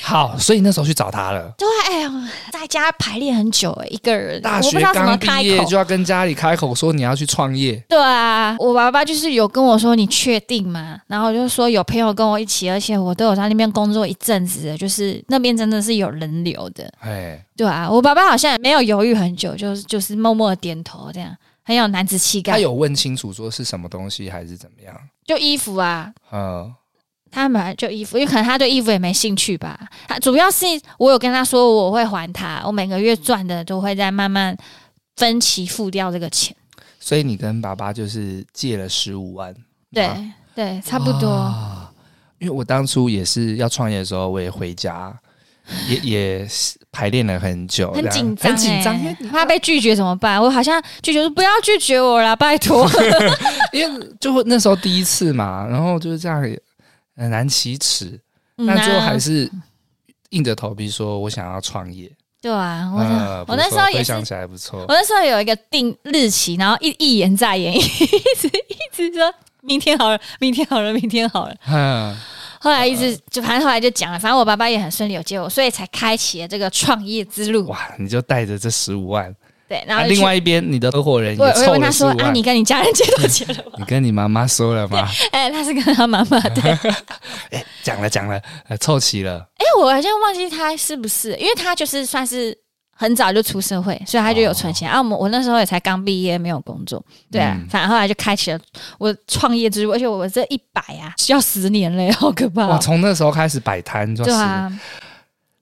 [SPEAKER 1] 好，所以那时候去找他了。
[SPEAKER 2] 对，哎呦，在家排练很久、哎，一个人，
[SPEAKER 1] 大
[SPEAKER 2] 我不
[SPEAKER 1] 学
[SPEAKER 2] 知道怎么
[SPEAKER 1] 刚毕
[SPEAKER 2] 开
[SPEAKER 1] 业
[SPEAKER 2] 口。
[SPEAKER 1] 就要跟家里开口说你要去创业，
[SPEAKER 2] 对啊，我爸爸就是有跟我说你确定吗？然后我就说有朋友跟我一起，而且我都有在那边工作一阵子了，就是那边真的是有人流的。
[SPEAKER 1] 哎，
[SPEAKER 2] 对啊，我爸爸好像也没有犹豫很久，就是就是默默的点头，这样很有男子气
[SPEAKER 1] 他
[SPEAKER 2] 概。
[SPEAKER 1] 有问清楚说是什么东西还是怎么样？
[SPEAKER 2] 就衣服啊，
[SPEAKER 1] 嗯，
[SPEAKER 2] 他本来就衣服，因为可能他对衣服也没兴趣吧。他主要是我有跟他说我会还他，我每个月赚的都会再慢慢分期付掉这个钱。
[SPEAKER 1] 所以你跟爸爸就是借了十五万，
[SPEAKER 2] 对、
[SPEAKER 1] 啊
[SPEAKER 2] 对，差不多。
[SPEAKER 1] 哇因为我当初也是要创业的时候，我也回家，也也是排练了很久，
[SPEAKER 2] 很
[SPEAKER 1] 这样
[SPEAKER 2] 紧张、欸，
[SPEAKER 1] 很紧张，因为
[SPEAKER 2] 怕被拒绝怎么办？我好像拒绝说不要拒绝我啦，拜 托。
[SPEAKER 1] 因为就会那时候第一次嘛，然后就是这样也很难启齿，
[SPEAKER 2] 嗯
[SPEAKER 1] 但最后
[SPEAKER 2] 啊
[SPEAKER 1] 还是硬着头皮说我想要创业。
[SPEAKER 2] 对啊，我、
[SPEAKER 1] 呃不
[SPEAKER 2] 我那
[SPEAKER 1] 错
[SPEAKER 2] 时候也
[SPEAKER 1] 回
[SPEAKER 2] 是
[SPEAKER 1] 想起来不错
[SPEAKER 2] 我，那时候有一个定日期，然后一一言再言， 一直一直说明天好了，明天好了，明天好了。
[SPEAKER 1] 嗯，
[SPEAKER 2] 后来一直就反正后来就讲了，反正我爸爸也很顺利有接我，所以才开启了这个创业之路。
[SPEAKER 1] 哇，你就带着这十五万，
[SPEAKER 2] 对，然
[SPEAKER 1] 啊，
[SPEAKER 2] 后就去、
[SPEAKER 1] 另外一边你的合伙人
[SPEAKER 2] 我
[SPEAKER 1] 也
[SPEAKER 2] 我也
[SPEAKER 1] 凑
[SPEAKER 2] 问
[SPEAKER 1] 了
[SPEAKER 2] 他
[SPEAKER 1] 十
[SPEAKER 2] 说
[SPEAKER 1] 五：“
[SPEAKER 2] 啊，
[SPEAKER 1] 万，
[SPEAKER 2] 你跟你家人借到钱了 吗
[SPEAKER 1] 你跟你妈妈说了 吗？？”
[SPEAKER 2] 哎，他是跟他妈妈的。
[SPEAKER 1] 讲了讲了，呃，凑齐了，
[SPEAKER 2] 哎，我好像忘记他是不是，因为他就是算是很早就出社会，所以他就有存钱。啊，我们我那时候也才刚毕业，没有工作，对啊，
[SPEAKER 1] 哦嗯
[SPEAKER 2] 反正后来就开启了我创业之路，而且我这一摆啊，要十年嘞，好可怕、哦
[SPEAKER 1] 哇，从那时候开始摆摊就
[SPEAKER 2] 嗯对
[SPEAKER 1] 是，
[SPEAKER 2] 啊，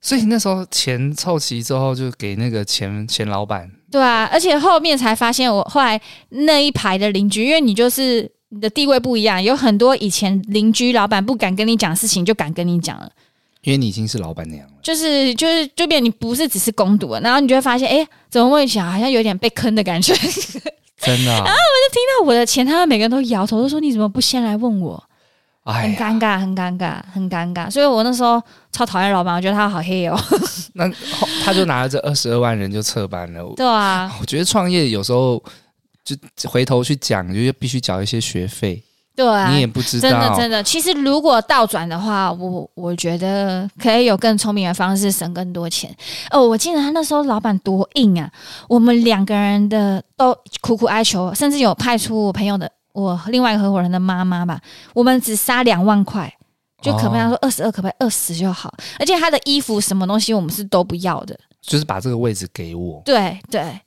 [SPEAKER 1] 所以那时候钱凑齐之后，就给那个前前老板，
[SPEAKER 2] 对啊，而且后面才发现，我后来那一排的邻居，因为你就是你的地位不一样，有很多以前邻居老板不敢跟你讲事情，就敢跟你讲了。
[SPEAKER 1] 因为你已经是老板娘 了，
[SPEAKER 2] 就是就是，就变你不是只是攻读了，然后你就会发现，哎、怎么会想好像有点被坑的感觉？
[SPEAKER 1] 真的、啊，
[SPEAKER 2] 那我的钱，他们每个人都摇头，都说你怎么不先来问我？
[SPEAKER 1] 哎
[SPEAKER 2] 啊很
[SPEAKER 1] 呀，
[SPEAKER 2] 尴尬，很尴尬，很尴尬。所以我那时候超讨厌老板，我觉得他好黑哦。
[SPEAKER 1] 那后他就拿了这二十二万人就撤班了。
[SPEAKER 2] 对啊，
[SPEAKER 1] 我觉得创业有时候就回头去讲，就是必须缴一些学费，
[SPEAKER 2] 对啊，
[SPEAKER 1] 你也不知道，
[SPEAKER 2] 真的真的。其实如果倒转的话，我我觉得可以有更聪明的方式省更多钱。哦，我记得他那时候老板多硬啊，我们两个人的都苦苦哀求，甚至有派出我朋友的我另外一个合伙人的妈妈吧，我们只杀两万块。就可不可以
[SPEAKER 1] 哦
[SPEAKER 2] 他说二十二，可不可以二十就好？而且他的衣服什么东西我们是都不要的，
[SPEAKER 1] 就是把这个位置给我。
[SPEAKER 2] 对对，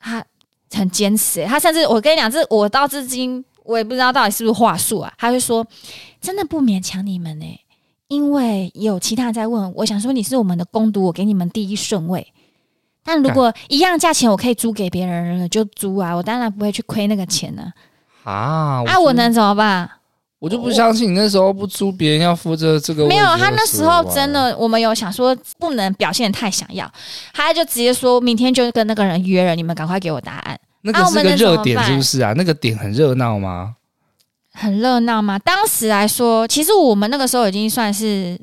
[SPEAKER 2] 他很坚持欸、他甚至我跟你讲，这我到至今我也不知道到底是不是话术啊。他就说，真的不勉强你们呢、欸因为有其他人在问，我想说你是我们的公读，我给你们第一顺位。但如果一样价钱我可以租给别人了，就租啊，我当然不会去亏那个钱呢、
[SPEAKER 1] 啊！
[SPEAKER 2] 啊。啊，
[SPEAKER 1] 就
[SPEAKER 2] 我能怎么办？
[SPEAKER 1] 我就不相信你那时候不租，别人要负责这个位
[SPEAKER 2] 哦没
[SPEAKER 1] 置
[SPEAKER 2] 有
[SPEAKER 1] 的，啊
[SPEAKER 2] 他那时
[SPEAKER 1] 15
[SPEAKER 2] 候
[SPEAKER 1] 万
[SPEAKER 2] 真的，我们有想说不能表现得太想要，他就直接说明天就跟那个人约了，你们赶快给我答案。
[SPEAKER 1] 那
[SPEAKER 2] 啊
[SPEAKER 1] 个
[SPEAKER 2] 我
[SPEAKER 1] 是
[SPEAKER 2] 们
[SPEAKER 1] 个
[SPEAKER 2] 能怎么
[SPEAKER 1] 热点，是不是啊？那个点很热闹吗？
[SPEAKER 2] 很热闹吗？当时来说，其实我们那个时候已经算是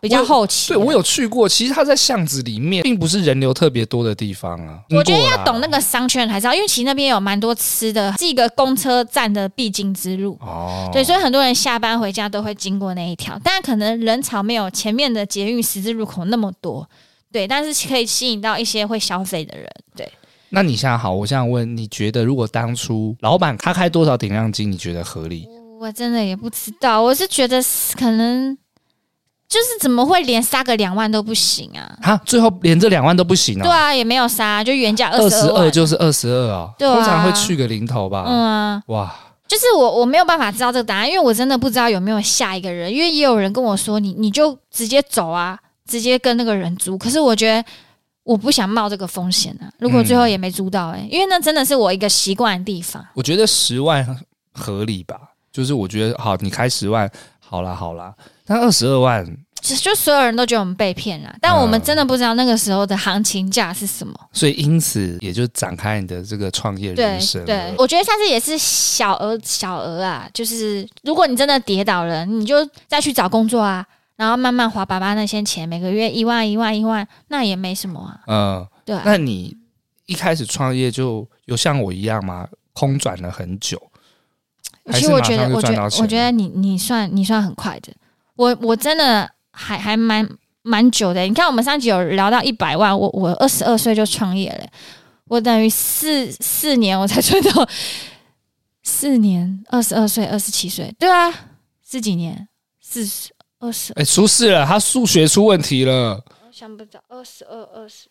[SPEAKER 2] 比比较后期
[SPEAKER 1] 对，
[SPEAKER 2] 了。
[SPEAKER 1] 我有去过，其实它在巷子里面，并不是人流特别多的地方啊。
[SPEAKER 2] 我觉得
[SPEAKER 1] 经过啦
[SPEAKER 2] 要懂那个商圈还是要，因为其实那边有蛮多吃的，是一个公车站的必经之路。
[SPEAKER 1] 哦，
[SPEAKER 2] 对，所以很多人下班回家都会经过那一条，但可能人潮没有前面的捷运十字路口那么多。对，但是可以吸引到一些会消费的人。对，
[SPEAKER 1] 那你现在好，我想问，你觉得如果当初老板他开多少点亮金，你觉得合理？
[SPEAKER 2] 我真的也不知道，我是觉得可能就是怎么会连杀个两万都
[SPEAKER 1] 嗯
[SPEAKER 2] 不行啊？
[SPEAKER 1] 哈，最后连这两万都不行
[SPEAKER 2] 对
[SPEAKER 1] 啊！
[SPEAKER 2] 啊，也没有杀，就原价
[SPEAKER 1] 二
[SPEAKER 2] 二
[SPEAKER 1] 十
[SPEAKER 2] 十
[SPEAKER 1] 二
[SPEAKER 2] 万。
[SPEAKER 1] 就是二十二啊，
[SPEAKER 2] 对啊
[SPEAKER 1] 通常会去个零头吧。
[SPEAKER 2] 嗯啊，
[SPEAKER 1] 哇，
[SPEAKER 2] 就是我我没有办法知道这个答案，因为我真的不知道有没有下一个人，因为也有人跟我说你你就直接走啊，直接跟那个人租。可是我觉得我不想冒这个风险啊，如果最
[SPEAKER 1] 嗯
[SPEAKER 2] 后也没租到、欸，因为那真的是我一个习惯的地方。
[SPEAKER 1] 我觉得十万合理吧，就是我觉得好，你开十万，好啦好啦，但二十二万，
[SPEAKER 2] 就就所有人都觉得我们被骗了，但我们
[SPEAKER 1] 嗯
[SPEAKER 2] 真的不知道那个时候的行情价是什么。
[SPEAKER 1] 所以因此也就展开你的这个创业
[SPEAKER 2] 对
[SPEAKER 1] 人生了。
[SPEAKER 2] 对，我觉得下次也是小额小额啊，就是如果你真的跌倒了，你就再去找工作啊，然后慢慢花爸爸那些钱，每个月一万一万一万，那也没什么啊，
[SPEAKER 1] 嗯，
[SPEAKER 2] 对啊
[SPEAKER 1] 那你一开始创业就有像我一样吗？空转了很久，还
[SPEAKER 2] 其
[SPEAKER 1] 是
[SPEAKER 2] 实我
[SPEAKER 1] 马
[SPEAKER 2] 觉得
[SPEAKER 1] 上，就
[SPEAKER 2] 我觉
[SPEAKER 1] 赚
[SPEAKER 2] 得
[SPEAKER 1] 到钱？
[SPEAKER 2] 我觉得你你算你算很快的，我我真的还还蛮蛮久的。你看我们上集有聊到一百万，我我二十二岁就创业了，我等于四四年我才赚到四年，二十二岁二十七岁，对啊，十几年，四十二十，
[SPEAKER 1] 哎、出事了，他数学出问题了。
[SPEAKER 2] 我想不到二十二二十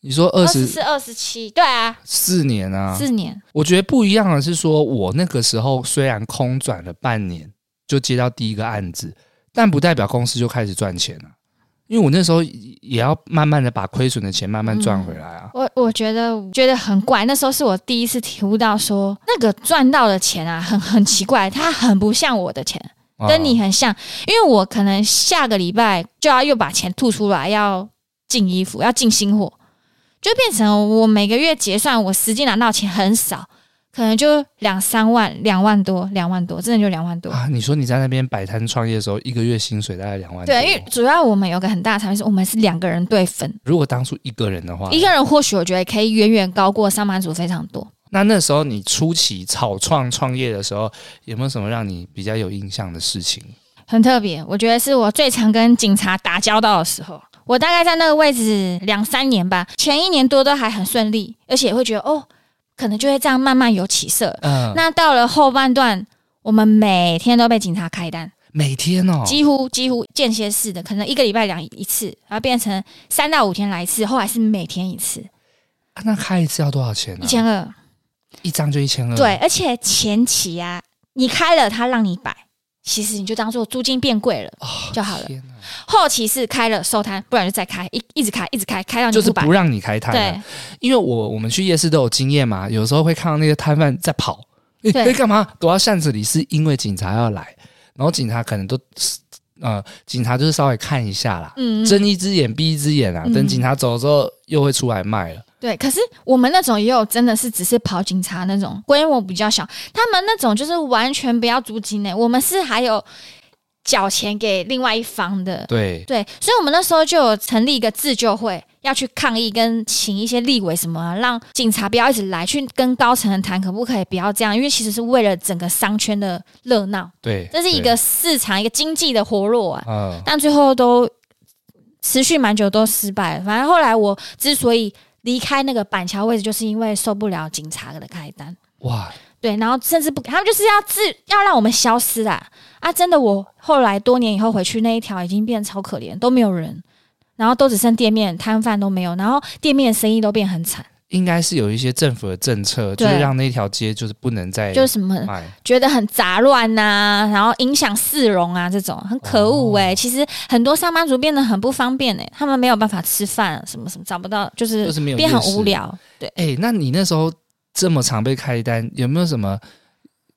[SPEAKER 1] 你说二
[SPEAKER 2] 二
[SPEAKER 1] 十
[SPEAKER 2] 十四二十七，对啊，
[SPEAKER 1] 四年啊？
[SPEAKER 2] 四年，
[SPEAKER 1] 我觉得不一样的是说，我那个时候虽然空转了半年就接到第一个案子，但不代表公司就开始赚钱了、因为我那时候也要慢慢的把亏损的钱慢慢赚回来啊。
[SPEAKER 2] 我我觉得觉得很怪，那时候是我第一次体悟到说，那个赚到的钱啊，很很奇怪，它很不像我的钱，
[SPEAKER 1] 啊
[SPEAKER 2] 跟嗯你很像，因为我可能下个礼拜就要又把钱吐出来，要进衣服，要进新货，就变成我每个月结算，我实际拿到钱很少，可能就两三万、两万多、两万多，真的就两万多。
[SPEAKER 1] 啊，你说你在那边摆摊创业的时候，一个月薪水大概两万多。
[SPEAKER 2] 对，因为主要我们有个很大的差别是，我们是两个人对分，
[SPEAKER 1] 如果当初一个人的话，
[SPEAKER 2] 一个人或许我觉得可以远远高过上班族非常多。
[SPEAKER 1] 那那时候你初期草创创业的时候，有没有什么让你比较有印象的事情？
[SPEAKER 2] 很特别，我觉得是我最常跟警察打交道的时候。我大概在那个位置两三年吧，前一年多都还很顺利，而且会觉得哦，可能就会这样慢慢有起色。
[SPEAKER 1] 嗯、
[SPEAKER 2] 呃那到了后半段，我们每天都被警察开单，
[SPEAKER 1] 每天哦，
[SPEAKER 2] 几乎几乎间歇式的，可能一个礼拜两一次，然后变成三到五天来一次，后来是每天一次，
[SPEAKER 1] 啊那开一次要多少钱、啊？
[SPEAKER 2] 一千二。
[SPEAKER 1] 一张就一千二。
[SPEAKER 2] 对，，而且前期啊，你开了他让你摆，其实你就当做租金变贵了就好了。
[SPEAKER 1] 哦天哪
[SPEAKER 2] 后期是开了收摊，不然就再开，一一直开，一直开，开到你
[SPEAKER 1] 就是
[SPEAKER 2] 不摆。
[SPEAKER 1] 不让你开摊、啊。
[SPEAKER 2] 对，
[SPEAKER 1] 因为我我们去夜市都有经验嘛，有时候会看到那些摊贩在跑，你
[SPEAKER 2] 对
[SPEAKER 1] 在干嘛？躲到巷子里，是因为警察要来，然后警察可能都呃，警察就是稍微看一下啦，
[SPEAKER 2] 嗯，
[SPEAKER 1] 睁一只眼闭一只眼啊，
[SPEAKER 2] 嗯
[SPEAKER 1] 等警察走之后又会出来卖了。
[SPEAKER 2] 对。可是我们那种也有真的是只是跑警察那种，规模比较小。他们那种就是完全不要租金呢、我们是还有缴钱给另外一方的。
[SPEAKER 1] 对，
[SPEAKER 2] 对，所以我们那时候就有成立一个自救会，要去抗议跟请一些立委什么啊、让警察不要一直来，去跟高层人谈可不可以不要这样，因为其实是为了整个商圈的热闹，
[SPEAKER 1] 对，
[SPEAKER 2] 这是一个市场一个经济的活络啊。
[SPEAKER 1] 对嗯
[SPEAKER 2] 但最后都持续蛮久都失败了。反正后来我之所以离开那个板桥位置，就是因为受不了警察的开单，
[SPEAKER 1] 哇，
[SPEAKER 2] 对，然后甚至不，他们就是要自要让我们消失啦。啊，真的，我后来多年以后回去那一条已经变超可怜，都没有人，然后都只剩店面摊贩都没有，然后店面生意都变很惨，
[SPEAKER 1] 应该是有一些政府的政策，就
[SPEAKER 2] 对
[SPEAKER 1] 是让那条街就是不能再
[SPEAKER 2] 就是什么
[SPEAKER 1] 卖。
[SPEAKER 2] 觉得很杂乱呐、然后影响市容啊，这种很可恶
[SPEAKER 1] 哦
[SPEAKER 2] 哎、其实很多上班族变得很不方便哎、他们没有办法吃饭，啊什么什么找不到，就是
[SPEAKER 1] 就是没有
[SPEAKER 2] 变很
[SPEAKER 1] 夜市
[SPEAKER 2] 无聊。
[SPEAKER 1] 哎、那你那时候这么常被开单，有没有什么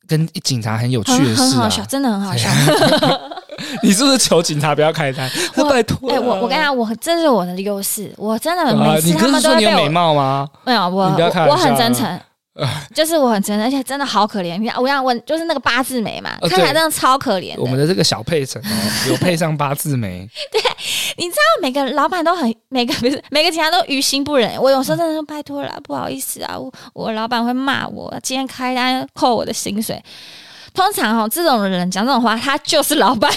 [SPEAKER 1] 跟警察很有趣的
[SPEAKER 2] 很很
[SPEAKER 1] 事
[SPEAKER 2] 好
[SPEAKER 1] 啊？
[SPEAKER 2] 笑，真的很好笑。
[SPEAKER 1] 你是不是求警察不要开单？
[SPEAKER 2] 我
[SPEAKER 1] 拜托
[SPEAKER 2] 哎、
[SPEAKER 1] 了。
[SPEAKER 2] 我我跟你讲，我这是我的优势，我真的
[SPEAKER 1] 啊，
[SPEAKER 2] 每次
[SPEAKER 1] 你
[SPEAKER 2] 他
[SPEAKER 1] 不是
[SPEAKER 2] 们都
[SPEAKER 1] 说
[SPEAKER 2] 会
[SPEAKER 1] 你有
[SPEAKER 2] 被
[SPEAKER 1] 美
[SPEAKER 2] 我哎
[SPEAKER 1] 貌吗？
[SPEAKER 2] 没有我
[SPEAKER 1] 你不要开玩
[SPEAKER 2] 我我
[SPEAKER 1] 笑
[SPEAKER 2] 很
[SPEAKER 1] 啊
[SPEAKER 2] 真诚，就是我很真诚，而且真的好可怜。你看我想我就是那个八字眉嘛，
[SPEAKER 1] 呃
[SPEAKER 2] 看起来
[SPEAKER 1] 对
[SPEAKER 2] 真的超可怜
[SPEAKER 1] 我们
[SPEAKER 2] 的。
[SPEAKER 1] 的这个小配成哦，有配上八字眉，
[SPEAKER 2] 你知道每个老板都很每个 不是每个警察都于心不忍。我有时候真的说拜托啦，不好意思啊，我我老板会骂我，今天开单扣我的薪水。通常哦，这种人讲这种话，他就是老板。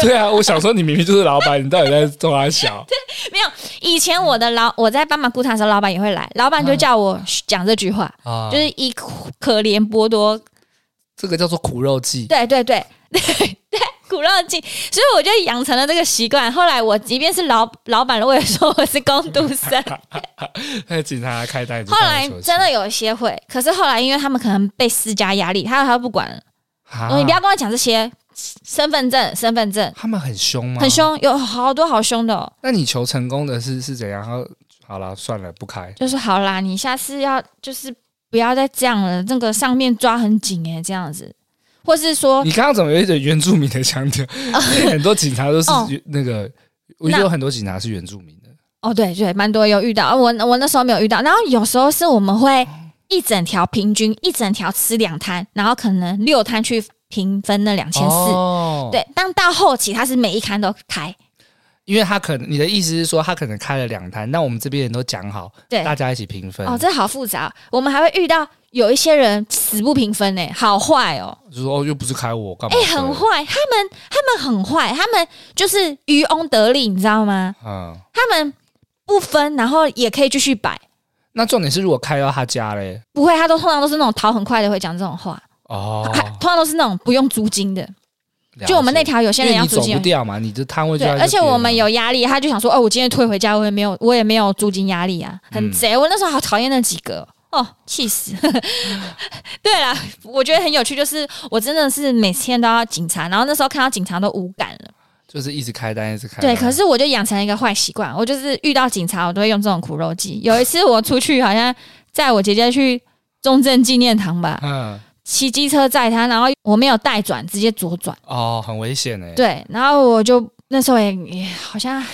[SPEAKER 1] 对啊，我想说你明明就是老板，你到底在逗他 笑？
[SPEAKER 2] 没有，以前我的老我在帮忙雇他的时候，老板也会来，老板就叫我讲这句话，
[SPEAKER 1] 啊，
[SPEAKER 2] 就是以可怜波多
[SPEAKER 1] 这个叫做苦肉计。
[SPEAKER 2] 对对对 对对，苦肉计，所以我就养成了这个习惯。后来我即便是老老板了，我也说我是工读生。
[SPEAKER 1] 那警察开单已经
[SPEAKER 2] 后来
[SPEAKER 1] 放手机
[SPEAKER 2] 真的有一些会，可是后来因为他们可能被施加压力，他他不管了，
[SPEAKER 1] 啊
[SPEAKER 2] 说你不要跟我讲这些，身份证身份证
[SPEAKER 1] 他们很凶吗？
[SPEAKER 2] 很。凶，有好多好凶的哦、
[SPEAKER 1] 那你求成功的是是怎样？他好了，算了，不开。
[SPEAKER 2] 就是好啦，你下次要就是不要再这样了，那个上面抓很紧诶、这样子，或是说
[SPEAKER 1] 你刚刚怎么有一点原住民的腔调？因为很多警察都是
[SPEAKER 2] 哦
[SPEAKER 1] 原那个，我觉得
[SPEAKER 2] 那
[SPEAKER 1] 有很多警察是原住民的。
[SPEAKER 2] 哦，对对，蛮多有遇到，啊我我那时候没有遇到。然后有时候是我们会一整条平均一整条吃两摊，然后可能六摊去平分那两千四。
[SPEAKER 1] 哦，，
[SPEAKER 2] 对，但到后期他是每一摊都开，
[SPEAKER 1] 因为他可能你的意思是说他可能开了两摊，那我们这边人都讲好，
[SPEAKER 2] 对
[SPEAKER 1] 大家一起平分。
[SPEAKER 2] 哦，这好复杂。我们还会遇到有一些人死不平分呢、好坏哦，
[SPEAKER 1] 就说哦，又不是开我，干嘛
[SPEAKER 2] 哎、
[SPEAKER 1] 分？
[SPEAKER 2] 很坏，他们他们很坏，他们就是渔翁得利，你知道吗？
[SPEAKER 1] 嗯。
[SPEAKER 2] 他们不分，然后也可以继续摆，
[SPEAKER 1] 那重点是，如果开到他家嘞，
[SPEAKER 2] 不会，他都通常都是那种逃很快的会讲这种话，
[SPEAKER 1] 哦
[SPEAKER 2] 啊，通常都是那种不用租金的。
[SPEAKER 1] 了解
[SPEAKER 2] 就我们那条有些
[SPEAKER 1] 因
[SPEAKER 2] 人
[SPEAKER 1] 为
[SPEAKER 2] 要
[SPEAKER 1] 你
[SPEAKER 2] 租
[SPEAKER 1] 走
[SPEAKER 2] 金
[SPEAKER 1] 不
[SPEAKER 2] 有，
[SPEAKER 1] 掉嘛，你的摊位就
[SPEAKER 2] 对，
[SPEAKER 1] 在这
[SPEAKER 2] 而且
[SPEAKER 1] 边
[SPEAKER 2] 我
[SPEAKER 1] 啊
[SPEAKER 2] 们有压力，他就想说，哦，我今天退回家，我也没有，我也没有租金压力啊，很
[SPEAKER 1] 嗯
[SPEAKER 2] 贼。我那时候好讨厌那几个。哦，气死！ 对啦，我觉得很有趣，就是我真的是每天都要警察，然后那时候看到警察都无感了。
[SPEAKER 1] 就是一直开单，一直开单。
[SPEAKER 2] 对，可是我就养成了一个坏习惯，我就是遇到警察，我都会用这种苦肉计。有一次我出去，好像载我姐姐去中正纪念堂吧，
[SPEAKER 1] 嗯，
[SPEAKER 2] 骑机车载她，然后我没有带转，直接左转。
[SPEAKER 1] 哦，很危险哎。
[SPEAKER 2] 对，然后我就那时候也也好像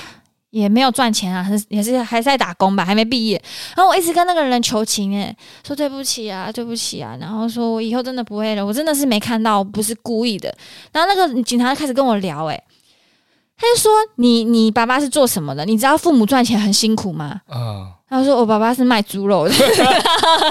[SPEAKER 2] 也没有赚钱啊，还是也是还是在打工吧，还没毕业。然后我一直跟那个人求情、欸，说对不起啊，对不起啊，然后说我以后真的不会了，我真的是没看到，我不是故意的。然后那个警察就开始跟我聊、欸，他就说你你爸爸是做什么的？你知道父母赚钱很辛苦吗？
[SPEAKER 1] 嗯，
[SPEAKER 2] 他说：“我爸爸是卖猪肉的。”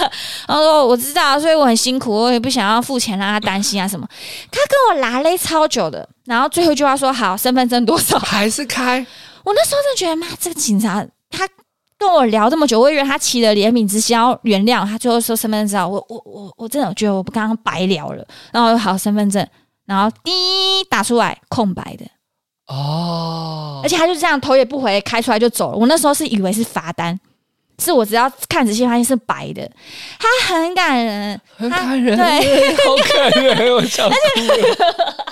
[SPEAKER 2] 然后说：“我知道啊，所以我很辛苦，我也不想要付钱让他担心啊什么。”他跟我拉勒超久的，然后最后一句话说：“好，身份证多少
[SPEAKER 1] 还是开？”
[SPEAKER 2] 我那时候真的觉得，妈，这个警察他跟我聊这么久，我以为他起了怜悯之心要原谅他，最后说身份证多少我我我我真的觉得我刚刚白聊了。然后我就好身份证，然后滴打出来空白的，
[SPEAKER 1] 哦，
[SPEAKER 2] 而且他就这样头也不回开出来就走了。我那时候是以为是罚单，是我只要看仔细发现是白的，他很感人，
[SPEAKER 1] 很感人，
[SPEAKER 2] 他
[SPEAKER 1] 对，好感人，哦我想哭了，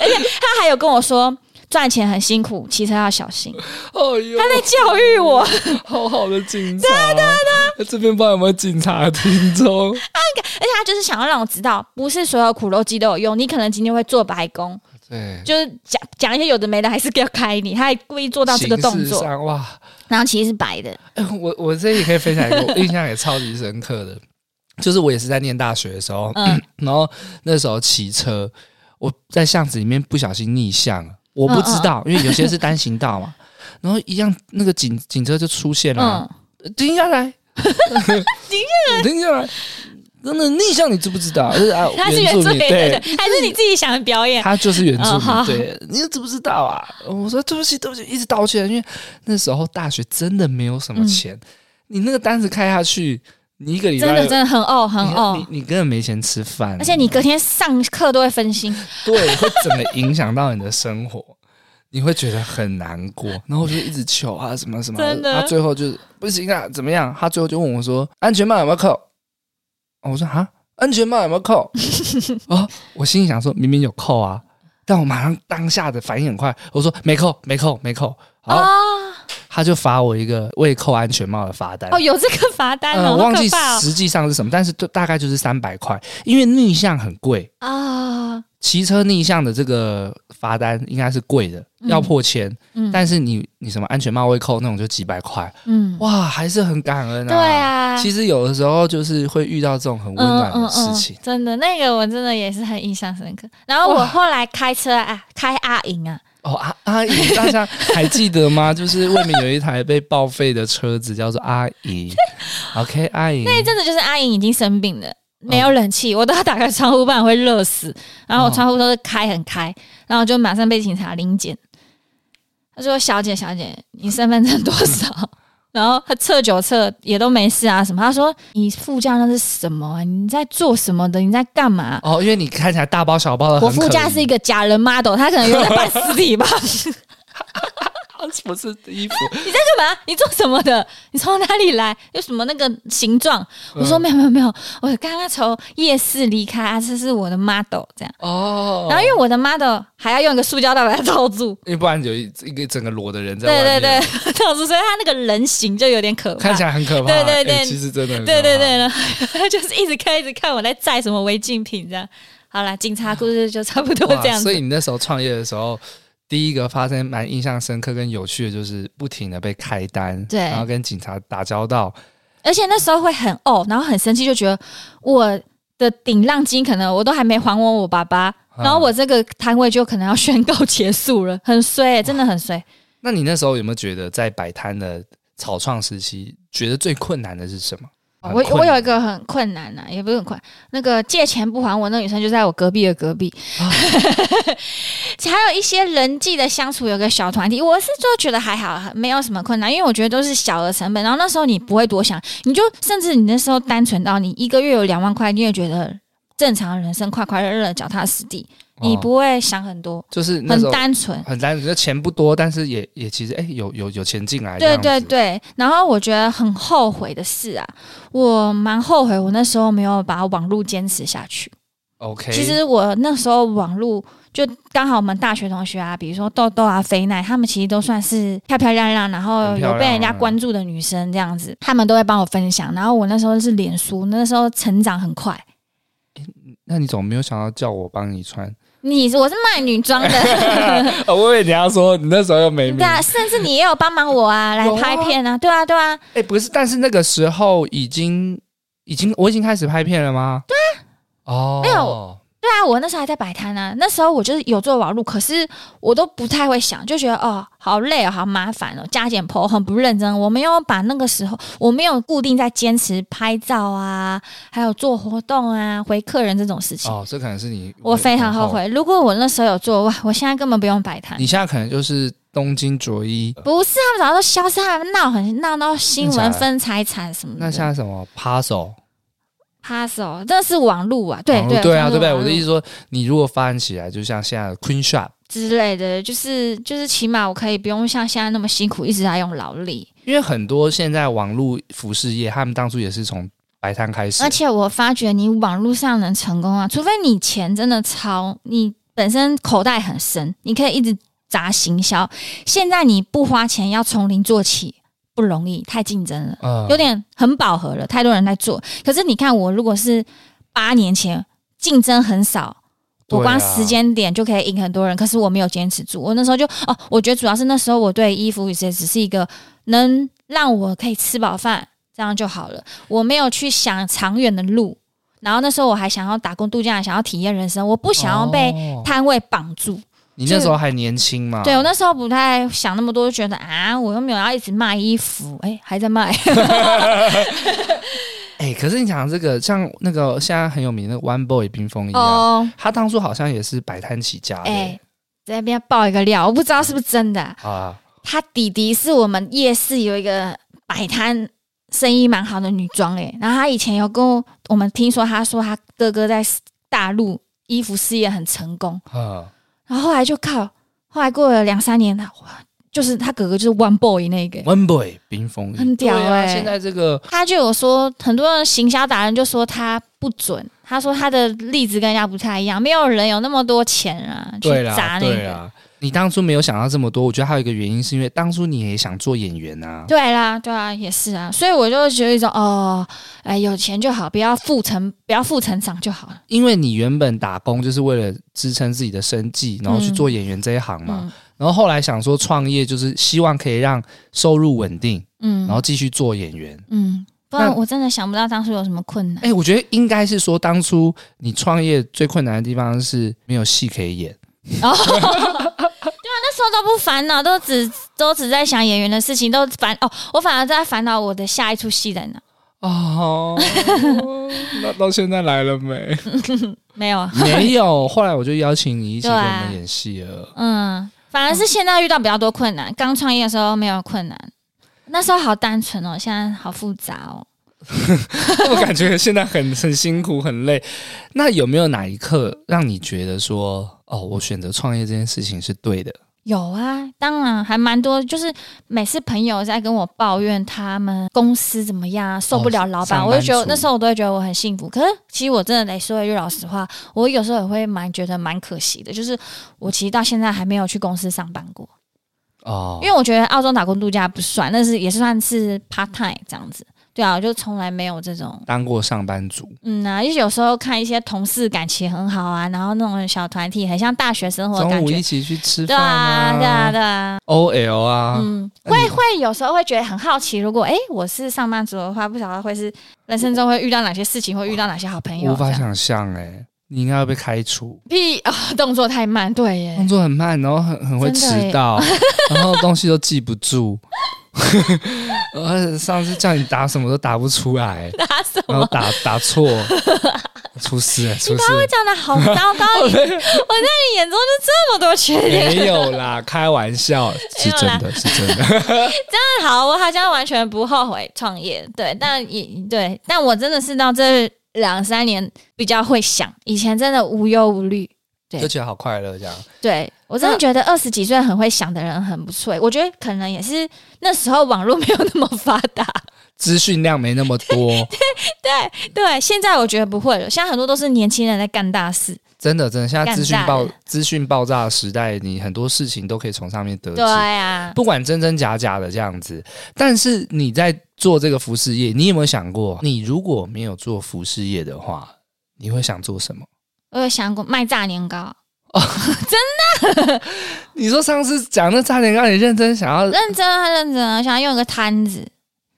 [SPEAKER 2] 他还有跟我说赚钱很辛苦，骑车要小心，
[SPEAKER 1] 哦哟，
[SPEAKER 2] 在教育 我。
[SPEAKER 1] 好好的警察，
[SPEAKER 2] 啊
[SPEAKER 1] 对对对，这边不知道有没有警察听众？
[SPEAKER 2] 而且他就是想要让我知道，不是所有苦肉计都有用，你可能今天会做白工，
[SPEAKER 1] 对，
[SPEAKER 2] 就是讲讲一些有的没的，还是要开你，他还故意做到这个动
[SPEAKER 1] 形式
[SPEAKER 2] 作，
[SPEAKER 1] 上哇，
[SPEAKER 2] 然后其实是白的，
[SPEAKER 1] 哎我我这里可以分享一个我印象也超级深刻的，就是我也是在念大学的时候，
[SPEAKER 2] 嗯，
[SPEAKER 1] 然后那时候骑车，我在巷子里面不小心逆向了，我不
[SPEAKER 2] 嗯
[SPEAKER 1] 知道，因为有些是单行道嘛，然后一样那个警警车就出现了啊
[SPEAKER 2] 嗯，，
[SPEAKER 1] 停下 来，停下来，停下来。真的逆向你知不知 道？就是啊，
[SPEAKER 2] 他是
[SPEAKER 1] 原
[SPEAKER 2] 原
[SPEAKER 1] 住
[SPEAKER 2] 住
[SPEAKER 1] 民
[SPEAKER 2] 民，对 对，还是你自己想的表演？
[SPEAKER 1] 他就是原住
[SPEAKER 2] 嗯好
[SPEAKER 1] 民，对，你知不知道啊？我说对不起，对不起，一直道歉，因为那时候大学真的没有什
[SPEAKER 2] 嗯
[SPEAKER 1] 么钱，你那个单子开下去，你一个礼拜
[SPEAKER 2] 真的真的很哦很
[SPEAKER 1] 你
[SPEAKER 2] 哦，
[SPEAKER 1] 你你根本没钱吃饭，
[SPEAKER 2] 而且你隔天上课都会分心，
[SPEAKER 1] 对，会整个影响到你的生活，你会觉得很难过。然后我就一直求啊，什么什么，
[SPEAKER 2] 真的
[SPEAKER 1] 他最后就不行啊，怎么样？他最后就问我说：“安全帽有没有扣？”哦我说：“啊，安全帽有没有扣？”哦，我心里想说明明有扣啊，但我马上当下的反应很快，我说：“没扣，没扣，没扣。”好，
[SPEAKER 2] 哦
[SPEAKER 1] 他就罚我一个未扣安全帽的罚单。
[SPEAKER 2] 哦，有这个罚单
[SPEAKER 1] 呃，
[SPEAKER 2] 哦，
[SPEAKER 1] 我
[SPEAKER 2] 好
[SPEAKER 1] 忘
[SPEAKER 2] 可
[SPEAKER 1] 记
[SPEAKER 2] 怕哦
[SPEAKER 1] 实际上是什么，但是就大概就是三百块，因为逆向很贵，
[SPEAKER 2] 啊！
[SPEAKER 1] 骑车逆向的这个罚单应该是贵的，
[SPEAKER 2] 嗯
[SPEAKER 1] 要破千。
[SPEAKER 2] 嗯
[SPEAKER 1] 但是你你什么安全帽会扣那种就几百块，
[SPEAKER 2] 嗯，
[SPEAKER 1] 哇，还是很感恩啊。
[SPEAKER 2] 对。啊，嗯
[SPEAKER 1] 其实有的时候就是会遇到这种很温暖的事情，
[SPEAKER 2] 真的，那个我真的也是很印象深刻。然后我
[SPEAKER 1] 哇
[SPEAKER 2] 后来开车啊，开阿银啊，
[SPEAKER 1] 哦，阿阿姨，大家还记得吗？ 就是外面有一台被报废的车子，叫做阿 姨。OK，阿姨，
[SPEAKER 2] 那一阵子哎就是阿莹已经生病了，没有冷气，我都要打开窗户，不然会热死。然后我窗户都是开很开，然后就马上被警察临检。他说：“小姐，小姐，你身份证多少？” 然后他测酒测也都没事啊，什么？他说：“你副驾那是什么啊？你在做什么的？你在干嘛
[SPEAKER 1] 哦，因为你看起来大包小包？”的，
[SPEAKER 2] 我副驾是一个假人 model，他可能有在办尸体吧？
[SPEAKER 1] 不是衣服，
[SPEAKER 2] 干啊嘛？你做什么的？你从哪里来？有什么那个形状？
[SPEAKER 1] 嗯
[SPEAKER 2] 我说没有没有没有，我刚刚从夜市离开，啊，这是我的 model 这样。
[SPEAKER 1] 哦，
[SPEAKER 2] 然后因为我的 model 还要用一个塑胶袋把它罩住，
[SPEAKER 1] 因为不然有一一个整个裸的人在外
[SPEAKER 2] 对对
[SPEAKER 1] 面，
[SPEAKER 2] 对，罩住，所以它那个人形就有点可怕
[SPEAKER 1] 看。起来很可怕。
[SPEAKER 2] 对对对
[SPEAKER 1] 哎其实真的很可怕
[SPEAKER 2] 对对对，然后就是一直看一直看我在载什么违禁品这样。好啦，警察故事就差不多
[SPEAKER 1] 哇
[SPEAKER 2] 这样
[SPEAKER 1] 所
[SPEAKER 2] 子。
[SPEAKER 1] 以你那时候创业的时候，第一个发生蛮印象深刻跟有趣的就是不停的被开单，
[SPEAKER 2] 对
[SPEAKER 1] 然后跟警察打交道，
[SPEAKER 2] 而且那时候会很哦，然后很生气，就觉得我的顶浪金可能我都还没还我我爸爸，
[SPEAKER 1] 嗯
[SPEAKER 2] 然后我这个摊位就可能要宣告结束了，很衰、真的很衰。
[SPEAKER 1] 那你那时候有没有觉得在摆摊的草创时期，觉得最困难的是什么？很
[SPEAKER 2] 哦我
[SPEAKER 1] 困难
[SPEAKER 2] 我有一个很困难呐、也不是很困难，那个借钱不还我，那女生就在我隔壁的隔壁。
[SPEAKER 1] 啊
[SPEAKER 2] 还有一些人际的相处，有个小团体，我是就觉得还好，没有什么困难，因为我觉得都是小额成本。然后那时候你不会多想，你就甚至你那时候单纯到你一个月有两万块，你也觉得正常人生快快乐乐地脚踏实地，你
[SPEAKER 1] 哦
[SPEAKER 2] 不会想很多，
[SPEAKER 1] 就是那时
[SPEAKER 2] 很
[SPEAKER 1] 候
[SPEAKER 2] 单纯。
[SPEAKER 1] 很单纯，就钱不多，但是也也其实哎、有有有钱进来，
[SPEAKER 2] 对
[SPEAKER 1] 这
[SPEAKER 2] 对
[SPEAKER 1] 样子
[SPEAKER 2] 对，然后我觉得很后悔的是啊，我蛮后悔我那时候没有把网络坚持下去。
[SPEAKER 1] ，OK，
[SPEAKER 2] 其实我那时候网络就刚好我们大学同学啊，比如说豆豆啊、肥奶，他们其实都算是漂漂亮亮，然后
[SPEAKER 1] 很漂亮嗯
[SPEAKER 2] 有被人家
[SPEAKER 1] 啊
[SPEAKER 2] 关注的女生这样子，他们都会帮我分享。然后我那时候是脸书，那时候成长很快。
[SPEAKER 1] 那你怎么没有想要叫我帮你穿？
[SPEAKER 2] 你我是卖女装 的，
[SPEAKER 1] 哦，我以为你要说你那时候又没名
[SPEAKER 2] 对啊，甚至你也有帮忙我啊，来
[SPEAKER 1] 有啊
[SPEAKER 2] 拍片啊，对啊，对啊，
[SPEAKER 1] 哎、不是，但是那个时候已经已经我已经开始拍片了吗？对啊，哦，
[SPEAKER 2] 没有，对啊，我那时候还在摆摊啊，那时候我就是有做网路，可是我都不太会想，就觉得哦，好累哦，好麻烦哦，加减剖很不认真，我没有把那个时候我没有固定在坚持拍照啊，还有做活动啊，回客人这种事情，
[SPEAKER 1] 哦，这可能是你
[SPEAKER 2] 我非常后。悔。如果我那时候有做，哇，我现在根本不用摆摊。
[SPEAKER 1] 你现在可能就是东京卓一，
[SPEAKER 2] 不是他们早上都消失，他们闹很闹到新
[SPEAKER 1] 真的假
[SPEAKER 2] 闻
[SPEAKER 1] 的
[SPEAKER 2] 分财产什么的。
[SPEAKER 1] 那现在什么 puzzle？
[SPEAKER 2] 他手，这是网路啊，对
[SPEAKER 1] 网络
[SPEAKER 2] 对
[SPEAKER 1] 啊，
[SPEAKER 2] 网
[SPEAKER 1] 对
[SPEAKER 2] 路
[SPEAKER 1] 不对？
[SPEAKER 2] 网
[SPEAKER 1] 我的
[SPEAKER 2] 路
[SPEAKER 1] 意思说，你如果发展起来，就像现在的 Queen Shop，
[SPEAKER 2] 之类的，就是就是起码我可以不用像现在那么辛苦，一直在用劳力。
[SPEAKER 1] 因为很多现在网络服饰业，他们当初也是从摆摊开始
[SPEAKER 2] 而，且我发觉你网络上能成功啊，除非你钱真的超，你本身口袋很深，你可以一直砸行销。现在你不花钱要从零做起不容易，太竞争了，
[SPEAKER 1] 嗯
[SPEAKER 2] 有点很饱和了，太多人在做。可是你看我如果是八年前，竞争很少。
[SPEAKER 1] 对
[SPEAKER 2] 我
[SPEAKER 1] 啊
[SPEAKER 2] 光时间点就可以赢很多人，可是我没有坚持住。我那时候就哦，我觉得主要是那时候我对衣服也只是一个能让我可以吃饱饭，这样就好了。我没有去想长远的路。然后那时候我还想要打工度假，想要体验人生，我不想要被
[SPEAKER 1] 哦啊
[SPEAKER 2] 摊位绑住。
[SPEAKER 1] 你那时候还年轻嘛？
[SPEAKER 2] 对我那时候不太想那么多，就觉得啊，我又没有要一直卖衣服，哎，还在卖。
[SPEAKER 1] 哎、可是你讲这个，像那个现在很有名的 One Boy 冰封一样，
[SPEAKER 2] 哦，
[SPEAKER 1] 他当初好像也是摆摊起家的、
[SPEAKER 2] 哎，在那边爆一个料，我不知道是不是真的啊、
[SPEAKER 1] 啊。
[SPEAKER 2] 他弟弟是我们夜市有一个摆摊生意蛮好的女装诶、然后他以前有跟我我们听说，他说他哥哥在大陆衣服事业很成功，
[SPEAKER 1] 啊
[SPEAKER 2] 然后后来就靠，后来过了两三年，他哇就是他哥哥就是 One Boy 那个、
[SPEAKER 1] One Boy 冰封一
[SPEAKER 2] 很屌
[SPEAKER 1] 对啊
[SPEAKER 2] 欸
[SPEAKER 1] 现在这个
[SPEAKER 2] 他就有说很多人行销达人就说他不准，他说他的例子跟人家不太一样，没有人有那么多钱啊去
[SPEAKER 1] 对啦，
[SPEAKER 2] 砸那
[SPEAKER 1] 对
[SPEAKER 2] 个，
[SPEAKER 1] 啦。你当初没有想到这么多，我觉得还有一个原因是因为当初你也想做演员啊。
[SPEAKER 2] 对啦，对啊，也是啊，所以我就觉得一种哦，哎，有钱就好，不要负成，不要负成长就好了。
[SPEAKER 1] 因为你原本打工就是为了支撑自己的生计，然后去做演员这一行嘛。
[SPEAKER 2] 嗯
[SPEAKER 1] 然后后来想说创业，就是希望可以让收入稳定，然
[SPEAKER 2] 嗯
[SPEAKER 1] 后继续做演员。
[SPEAKER 2] 嗯，不然
[SPEAKER 1] 那
[SPEAKER 2] 我真的想不到当初有什么 困难。
[SPEAKER 1] 哎、我觉得应该是说，当初你创业最困难的地方是没有戏可以演。
[SPEAKER 2] 然后 对啊，那时候都不烦恼，都只都只在想演员的事情，都烦哦。我反而在烦恼我的下一出戏在哪。
[SPEAKER 1] 哦，那到现在来了没？
[SPEAKER 2] 没有，啊，
[SPEAKER 1] 没有。后来我就邀请你一起
[SPEAKER 2] 对
[SPEAKER 1] 跟我
[SPEAKER 2] 啊
[SPEAKER 1] 们演戏 了。
[SPEAKER 2] 嗯，反而是现在遇到比较多困难。刚创业的时候没有困难，那时候好单纯哦，现在好复杂哦。
[SPEAKER 1] 我感觉现在很很辛苦，很累。那有没有哪一刻让你觉得说，哦，我选择创业这件事情是对的？
[SPEAKER 2] 有啊，当然还蛮多，就是每次朋友在跟我抱怨他们公司怎么样啊，受不了老板，
[SPEAKER 1] 哦上班
[SPEAKER 2] 我就觉得
[SPEAKER 1] 族
[SPEAKER 2] 那时候我都会觉得我很幸福。可是其实我真的得说一句老实话，我有时候也会蛮觉得蛮可惜的，就是我其实到现在还没有去公司上班过，
[SPEAKER 1] 哦，
[SPEAKER 2] 因为我觉得澳洲打工度假不算，那是也算是 part time 这样子。对啊，我就从来没有这种
[SPEAKER 1] 当过上班族，
[SPEAKER 2] 嗯啊，就是有时候看一些同事感情很好啊，然后那种小团体很像大学生活的
[SPEAKER 1] 中
[SPEAKER 2] 感
[SPEAKER 1] 午一
[SPEAKER 2] 觉。
[SPEAKER 1] 起去吃
[SPEAKER 2] 对
[SPEAKER 1] 饭
[SPEAKER 2] 啊，对啊，对啊。
[SPEAKER 1] o l 啊，
[SPEAKER 2] 嗯，
[SPEAKER 1] 那
[SPEAKER 2] 会
[SPEAKER 1] 你
[SPEAKER 2] 会有时候会觉得很好奇，如果诶我是上班族的话，不晓得会是人生中会遇到哪些事情，会遇到哪些好朋友
[SPEAKER 1] 无
[SPEAKER 2] 这
[SPEAKER 1] 法
[SPEAKER 2] 样。
[SPEAKER 1] 想象哎、你应该要被开除，
[SPEAKER 2] 屁啊、动作太慢，对耶
[SPEAKER 1] 动，作很慢，然后很很会
[SPEAKER 2] 欸
[SPEAKER 1] 迟 到，然后东西都记不住。 呃，上次叫你打什么都打不出 来，
[SPEAKER 2] 打什
[SPEAKER 1] 然后
[SPEAKER 2] 么？
[SPEAKER 1] 打打错，出事了，出事了！
[SPEAKER 2] 讲的好糟糕，你 我在你眼中就这么多缺点。
[SPEAKER 1] 没有啦，开玩笑，是真的，是 真的。
[SPEAKER 2] 但好，我好像完全不后悔创业，对，但也对，但我真的是到这两三年比较会想，以前真的无忧无虑。对
[SPEAKER 1] 就觉得好快乐，这样
[SPEAKER 2] 对我真的觉得二十几岁很会想的人很不错耶，我觉得可能也是那时候网络没有那么发达，
[SPEAKER 1] 资讯量没那么 多，
[SPEAKER 2] 对对，现在我觉得不会了，现在很多都是年轻人在干大事，
[SPEAKER 1] 真的真的。现在资讯
[SPEAKER 2] 干
[SPEAKER 1] 爆
[SPEAKER 2] 大
[SPEAKER 1] 资讯爆炸的时代，你很多事情都可以从上面得知
[SPEAKER 2] 对。啊，
[SPEAKER 1] 不管真真假假的这样子。但是你在做这个服饰业，你有没有想过，你如果没有做服饰业的话，你会想做什么？
[SPEAKER 2] 我有想过卖炸年糕，
[SPEAKER 1] 你说上次讲那差点让你认真想要，
[SPEAKER 2] 认真啊认真啊，我想要用一个摊子，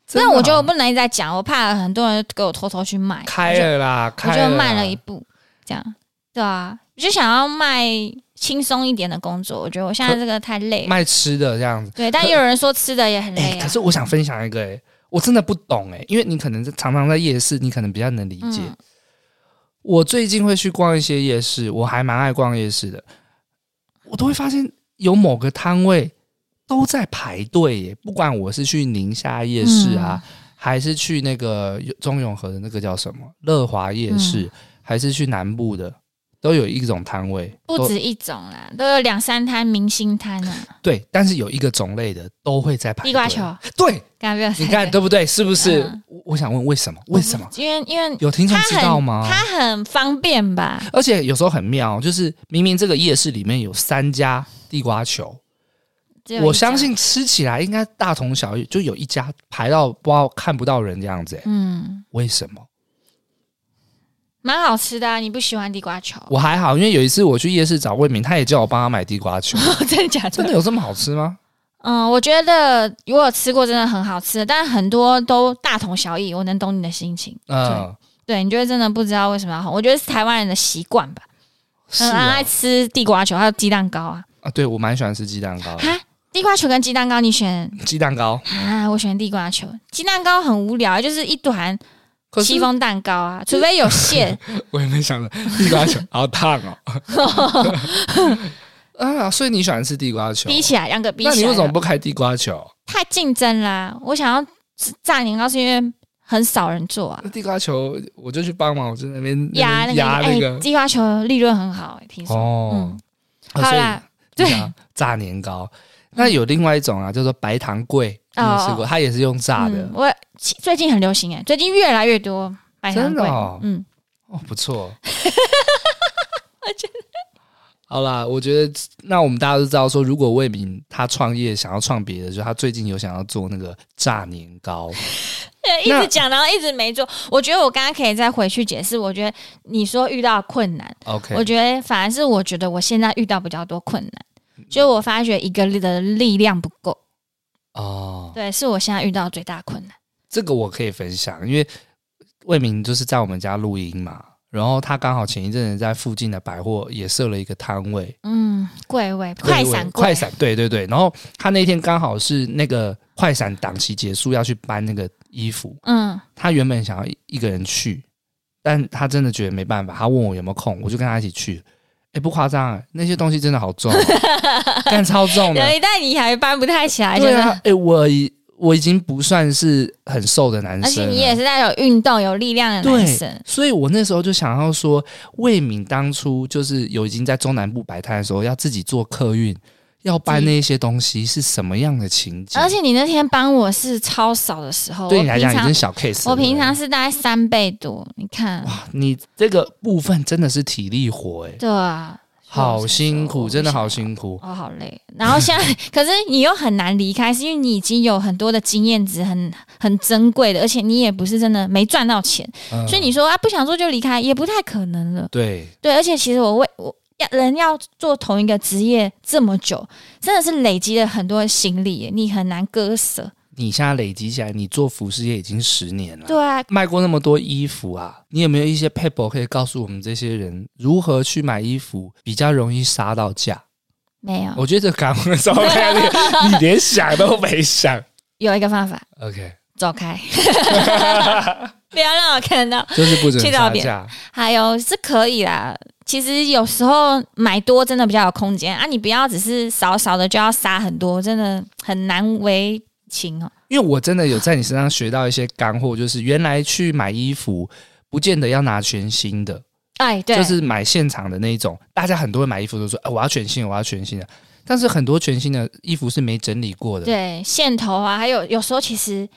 [SPEAKER 1] 真的
[SPEAKER 2] 但我觉得我
[SPEAKER 1] 哦
[SPEAKER 2] 不能一直在讲，我怕很多人给我偷偷去卖，
[SPEAKER 1] 开
[SPEAKER 2] 我就
[SPEAKER 1] 了啊啦，
[SPEAKER 2] 我
[SPEAKER 1] 开
[SPEAKER 2] 就
[SPEAKER 1] 啦
[SPEAKER 2] 慢了一步，这样对啊，我就想要卖轻松一点的工作，我觉得我现在这个太累了，
[SPEAKER 1] 卖吃的这样子。
[SPEAKER 2] 对，但也有人说吃的也很
[SPEAKER 1] 哎、
[SPEAKER 2] 累啊
[SPEAKER 1] 可，是我想分享一个、哎，我真的不懂哎、因为你可能常常在夜市，你可能比较能理解。
[SPEAKER 2] 嗯
[SPEAKER 1] 我最近会去逛一些夜市，我还蛮爱逛夜市的。我都会发现有某个摊位都在排队耶，不管我是去宁夏夜市啊，
[SPEAKER 2] 嗯
[SPEAKER 1] 还是去那个中永和的那个叫什么乐华夜市，
[SPEAKER 2] 嗯
[SPEAKER 1] 还是去南部的，都有一种摊位。
[SPEAKER 2] 不
[SPEAKER 1] 都
[SPEAKER 2] 止一种啦，都有两三摊明星摊啊，
[SPEAKER 1] 对，但是有一个种类的都会在排队
[SPEAKER 2] 地瓜球，
[SPEAKER 1] 对，
[SPEAKER 2] 刚刚
[SPEAKER 1] 你 看对不对？是不是？
[SPEAKER 2] 嗯
[SPEAKER 1] 我我想问为什么？为什么？？
[SPEAKER 2] 因为因为
[SPEAKER 1] 有听众
[SPEAKER 2] 它
[SPEAKER 1] 知道吗？
[SPEAKER 2] 它很方便吧？
[SPEAKER 1] 而且有时候很妙，哦就是明明这个夜市里面有三家地瓜球，
[SPEAKER 2] 只有一
[SPEAKER 1] 我
[SPEAKER 2] 家
[SPEAKER 1] 相，信吃起来应该大同小异，就有一家排到不知道看不到人这样子、欸
[SPEAKER 2] 嗯，
[SPEAKER 1] 为什么？
[SPEAKER 2] 蛮好吃的、啊。你不喜欢地瓜球？
[SPEAKER 1] 我还好，因为有一次我去夜市找魏明，他也叫我帮他买地瓜 球。
[SPEAKER 2] 真的假
[SPEAKER 1] 真的
[SPEAKER 2] 的？
[SPEAKER 1] 有这么好吃吗？
[SPEAKER 2] 嗯，我觉得我有吃过，真的很好吃，但很多都大同小异。我能懂你的心情，
[SPEAKER 1] 嗯，
[SPEAKER 2] 对你就会真的不知道为什么要红。我觉得是台湾人的习惯吧，
[SPEAKER 1] 是
[SPEAKER 2] 很
[SPEAKER 1] 啊
[SPEAKER 2] 爱，吃地瓜球还有鸡蛋糕啊。
[SPEAKER 1] 啊对我蛮喜欢吃鸡蛋糕的，
[SPEAKER 2] 哈，地瓜球跟鸡蛋糕，你选
[SPEAKER 1] 鸡蛋糕。
[SPEAKER 2] 啊？我选地瓜球，鸡蛋糕很无聊，就是一团
[SPEAKER 1] 可是
[SPEAKER 2] 戚风蛋糕啊，除非 有馅，
[SPEAKER 1] 我也没想到地 瓜球好烫哦。 啊，所以你喜欢吃地瓜球？
[SPEAKER 2] 比起来两个比起
[SPEAKER 1] 啊那
[SPEAKER 2] 来，
[SPEAKER 1] 你为什么不开地瓜球？
[SPEAKER 2] 太竞争啦。我想要炸年糕是因为很少人做啊
[SPEAKER 1] 那，地瓜球我就去帮忙，我就在那边
[SPEAKER 2] 压那
[SPEAKER 1] 那
[SPEAKER 2] 个
[SPEAKER 1] 边压
[SPEAKER 2] 哎、
[SPEAKER 1] 那个
[SPEAKER 2] 地瓜球利润很好、欸，听说。
[SPEAKER 1] 哦
[SPEAKER 2] 嗯，，
[SPEAKER 1] 啊
[SPEAKER 2] 好
[SPEAKER 1] 所以
[SPEAKER 2] 啦，
[SPEAKER 1] 你
[SPEAKER 2] 对嗯
[SPEAKER 1] 想炸年糕。那有另外一种啊，叫做白糖桂，你有吃
[SPEAKER 2] 哦
[SPEAKER 1] 过？它也是用炸的
[SPEAKER 2] 嗯，我其最近很流行哎、最近越来越多白糖
[SPEAKER 1] 真的
[SPEAKER 2] 桂。
[SPEAKER 1] 哦，
[SPEAKER 2] 嗯，
[SPEAKER 1] 哦，不错。 我觉得好啦，我觉得那我们大家都知道说，如果魏敏他创业想要创别的，就他最近有想要做那个炸年 糕，
[SPEAKER 2] 对， 一
[SPEAKER 1] 那
[SPEAKER 2] 直讲，然后一直没做。我觉得我刚刚可以再回去解释。我觉得你说遇到困难，
[SPEAKER 1] OK，
[SPEAKER 2] 我觉得反而是我觉得我现在遇到比较多困
[SPEAKER 1] 嗯
[SPEAKER 2] 难，就是我发觉一个力的力量不够，
[SPEAKER 1] 哦，
[SPEAKER 2] 对，是我现在遇到最大困难。
[SPEAKER 1] 这个我可以分享，因为魏明就是在我们家录音嘛，然后他刚好前一阵子在附近的百货也设了一个摊位，
[SPEAKER 2] 嗯，贵位快闪
[SPEAKER 1] 快
[SPEAKER 2] 柜，
[SPEAKER 1] 闪，对对对。然后他那天刚好是那个快闪档期结束，要去搬那个衣服，
[SPEAKER 2] 嗯
[SPEAKER 1] 他原本想要一一个人去，但他真的觉得没办法，他问我有没有空，我就跟他一起去。哎、不夸张、啊，那些东西真的好 重、哦，干超重的
[SPEAKER 2] 有。一代你还搬不太起来，
[SPEAKER 1] 对
[SPEAKER 2] 真的
[SPEAKER 1] 啊，哎、我已我已经不算是很瘦的男
[SPEAKER 2] 而
[SPEAKER 1] 生
[SPEAKER 2] 且
[SPEAKER 1] 了，
[SPEAKER 2] 你也是那种运动有力量的男生
[SPEAKER 1] 对，，所以我那时候就想要说，魏敏当初就是有已经在中南部摆摊的时候，要自己做客运，要搬那些东西是什么样的情景？
[SPEAKER 2] 而且你那天帮我是超少的时候，
[SPEAKER 1] 对
[SPEAKER 2] 我
[SPEAKER 1] 你来
[SPEAKER 2] 平
[SPEAKER 1] 讲已
[SPEAKER 2] 常
[SPEAKER 1] 经小 case 了。
[SPEAKER 2] 我平常是大概三倍多，你看，
[SPEAKER 1] 你这个部分真的是体力活哎、
[SPEAKER 2] 对啊，
[SPEAKER 1] 好辛苦，真的好
[SPEAKER 2] 苦。
[SPEAKER 1] 辛苦。
[SPEAKER 2] 我好累，然后现在 可是你又很难离开，是因为你已经有很多的经验值很很珍贵的，而且你也不是真的没赚到钱，
[SPEAKER 1] 嗯
[SPEAKER 2] 所以你说啊不想做就离开也不太可能了。
[SPEAKER 1] 对
[SPEAKER 2] 对，而且其实我为我要人要做同一个职业这么久，真的是累积了很多行李耶，你很难割舍。
[SPEAKER 1] 你现在累积起来，你做服饰业已经十年了。
[SPEAKER 2] 对啊，
[SPEAKER 1] 卖过那么多衣服啊，你有没有一些 paper 可以告诉我们这些人如何去买衣服比较容易杀到价？
[SPEAKER 2] 没有
[SPEAKER 1] 我觉得感恩烧开脸，你连想都没想。
[SPEAKER 2] 有一个方法，
[SPEAKER 1] OK，
[SPEAKER 2] 走开，不要让我看到。
[SPEAKER 1] 就是不准
[SPEAKER 2] 去
[SPEAKER 1] 杀
[SPEAKER 2] 到别
[SPEAKER 1] 价。
[SPEAKER 2] 还有是可以啦，其实有时候买多真的比较有空间啊，你不要只是少少的就要杀很多，真的很难为情哦。
[SPEAKER 1] 因为我真的有在你身上学到一些干货，就是原来去买衣服。不见得要拿全新的，
[SPEAKER 2] 哎，对，
[SPEAKER 1] 就是买现场的那一种。大家很多人买衣服都说：“哎、我要全新的，我要全新的。”但是很多全新的衣服是没整理过的，
[SPEAKER 2] 对线头啊，还有有时候其实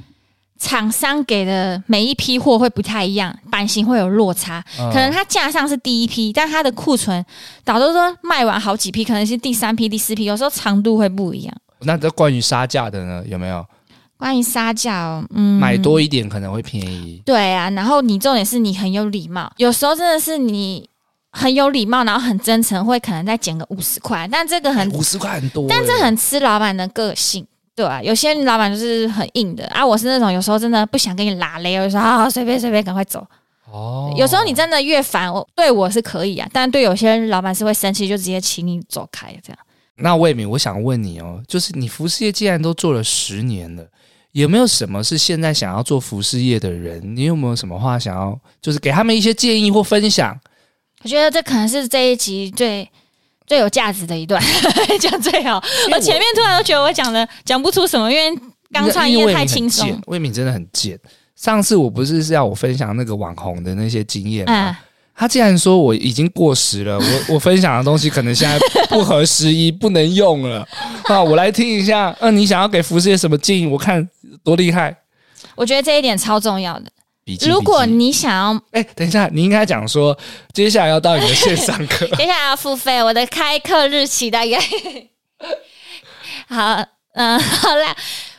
[SPEAKER 2] 厂商给的每一批货会不太一样，版型会有落差，
[SPEAKER 1] 嗯
[SPEAKER 2] 可能它架上是第一批，但它的库存导致说卖完好几批，可能是第三批、第四批，有时候长度会不一样。
[SPEAKER 1] 那这关于杀价的呢，有没有
[SPEAKER 2] 关于杀价哦，嗯，
[SPEAKER 1] 买多一点可能会便宜？
[SPEAKER 2] 对啊，然后你重点是你很有礼貌，有时候真的是你很有礼貌，然后很真诚，会可能再减个五十块，但这个很，
[SPEAKER 1] 五十块很多欸、
[SPEAKER 2] 嗯但这很吃老板的个性。对啊，有些老板就是很硬的啊，我是那种有时候真的不想跟你拉嘞，我就说好好随便随便，赶快走。
[SPEAKER 1] 哦
[SPEAKER 2] 有时候你真的越烦我，对我是可以啊，但对有些老板是会生气，就直接请你走开这样。
[SPEAKER 1] 那魏敏，我想问你哦，就是你服饰业既然都做了十年了，有没有什么是现在想要做服饰业的人？你有没有什么话想要，就是给他们一些建议或分享？
[SPEAKER 2] 我觉得这可能是这一集最最有价值的一段， 讲最好。
[SPEAKER 1] 因为
[SPEAKER 2] 我前面突然都觉得我讲的讲不出什么，因为刚创
[SPEAKER 1] 因为
[SPEAKER 2] 业
[SPEAKER 1] 魏敏
[SPEAKER 2] 太
[SPEAKER 1] 很
[SPEAKER 2] 轻松
[SPEAKER 1] 贱。魏敏真的很贱。上次我不是是要我分享那个网红的那些经验吗？
[SPEAKER 2] 嗯，
[SPEAKER 1] 他竟然说我已经过时了，我我分享的东西可能现在不合时宜， 不能用了。啊，我来听一下，嗯、你想要给服饰业什么建议？我看多厉害。
[SPEAKER 2] 我觉得这一点超重要的。
[SPEAKER 1] 笔记
[SPEAKER 2] 如果
[SPEAKER 1] 笔记
[SPEAKER 2] 你想要
[SPEAKER 1] 哎、等一下，你应该讲说，接下来要到你的线上 课
[SPEAKER 2] 接下来要付费，我的开课日期大概 好，嗯，好啦，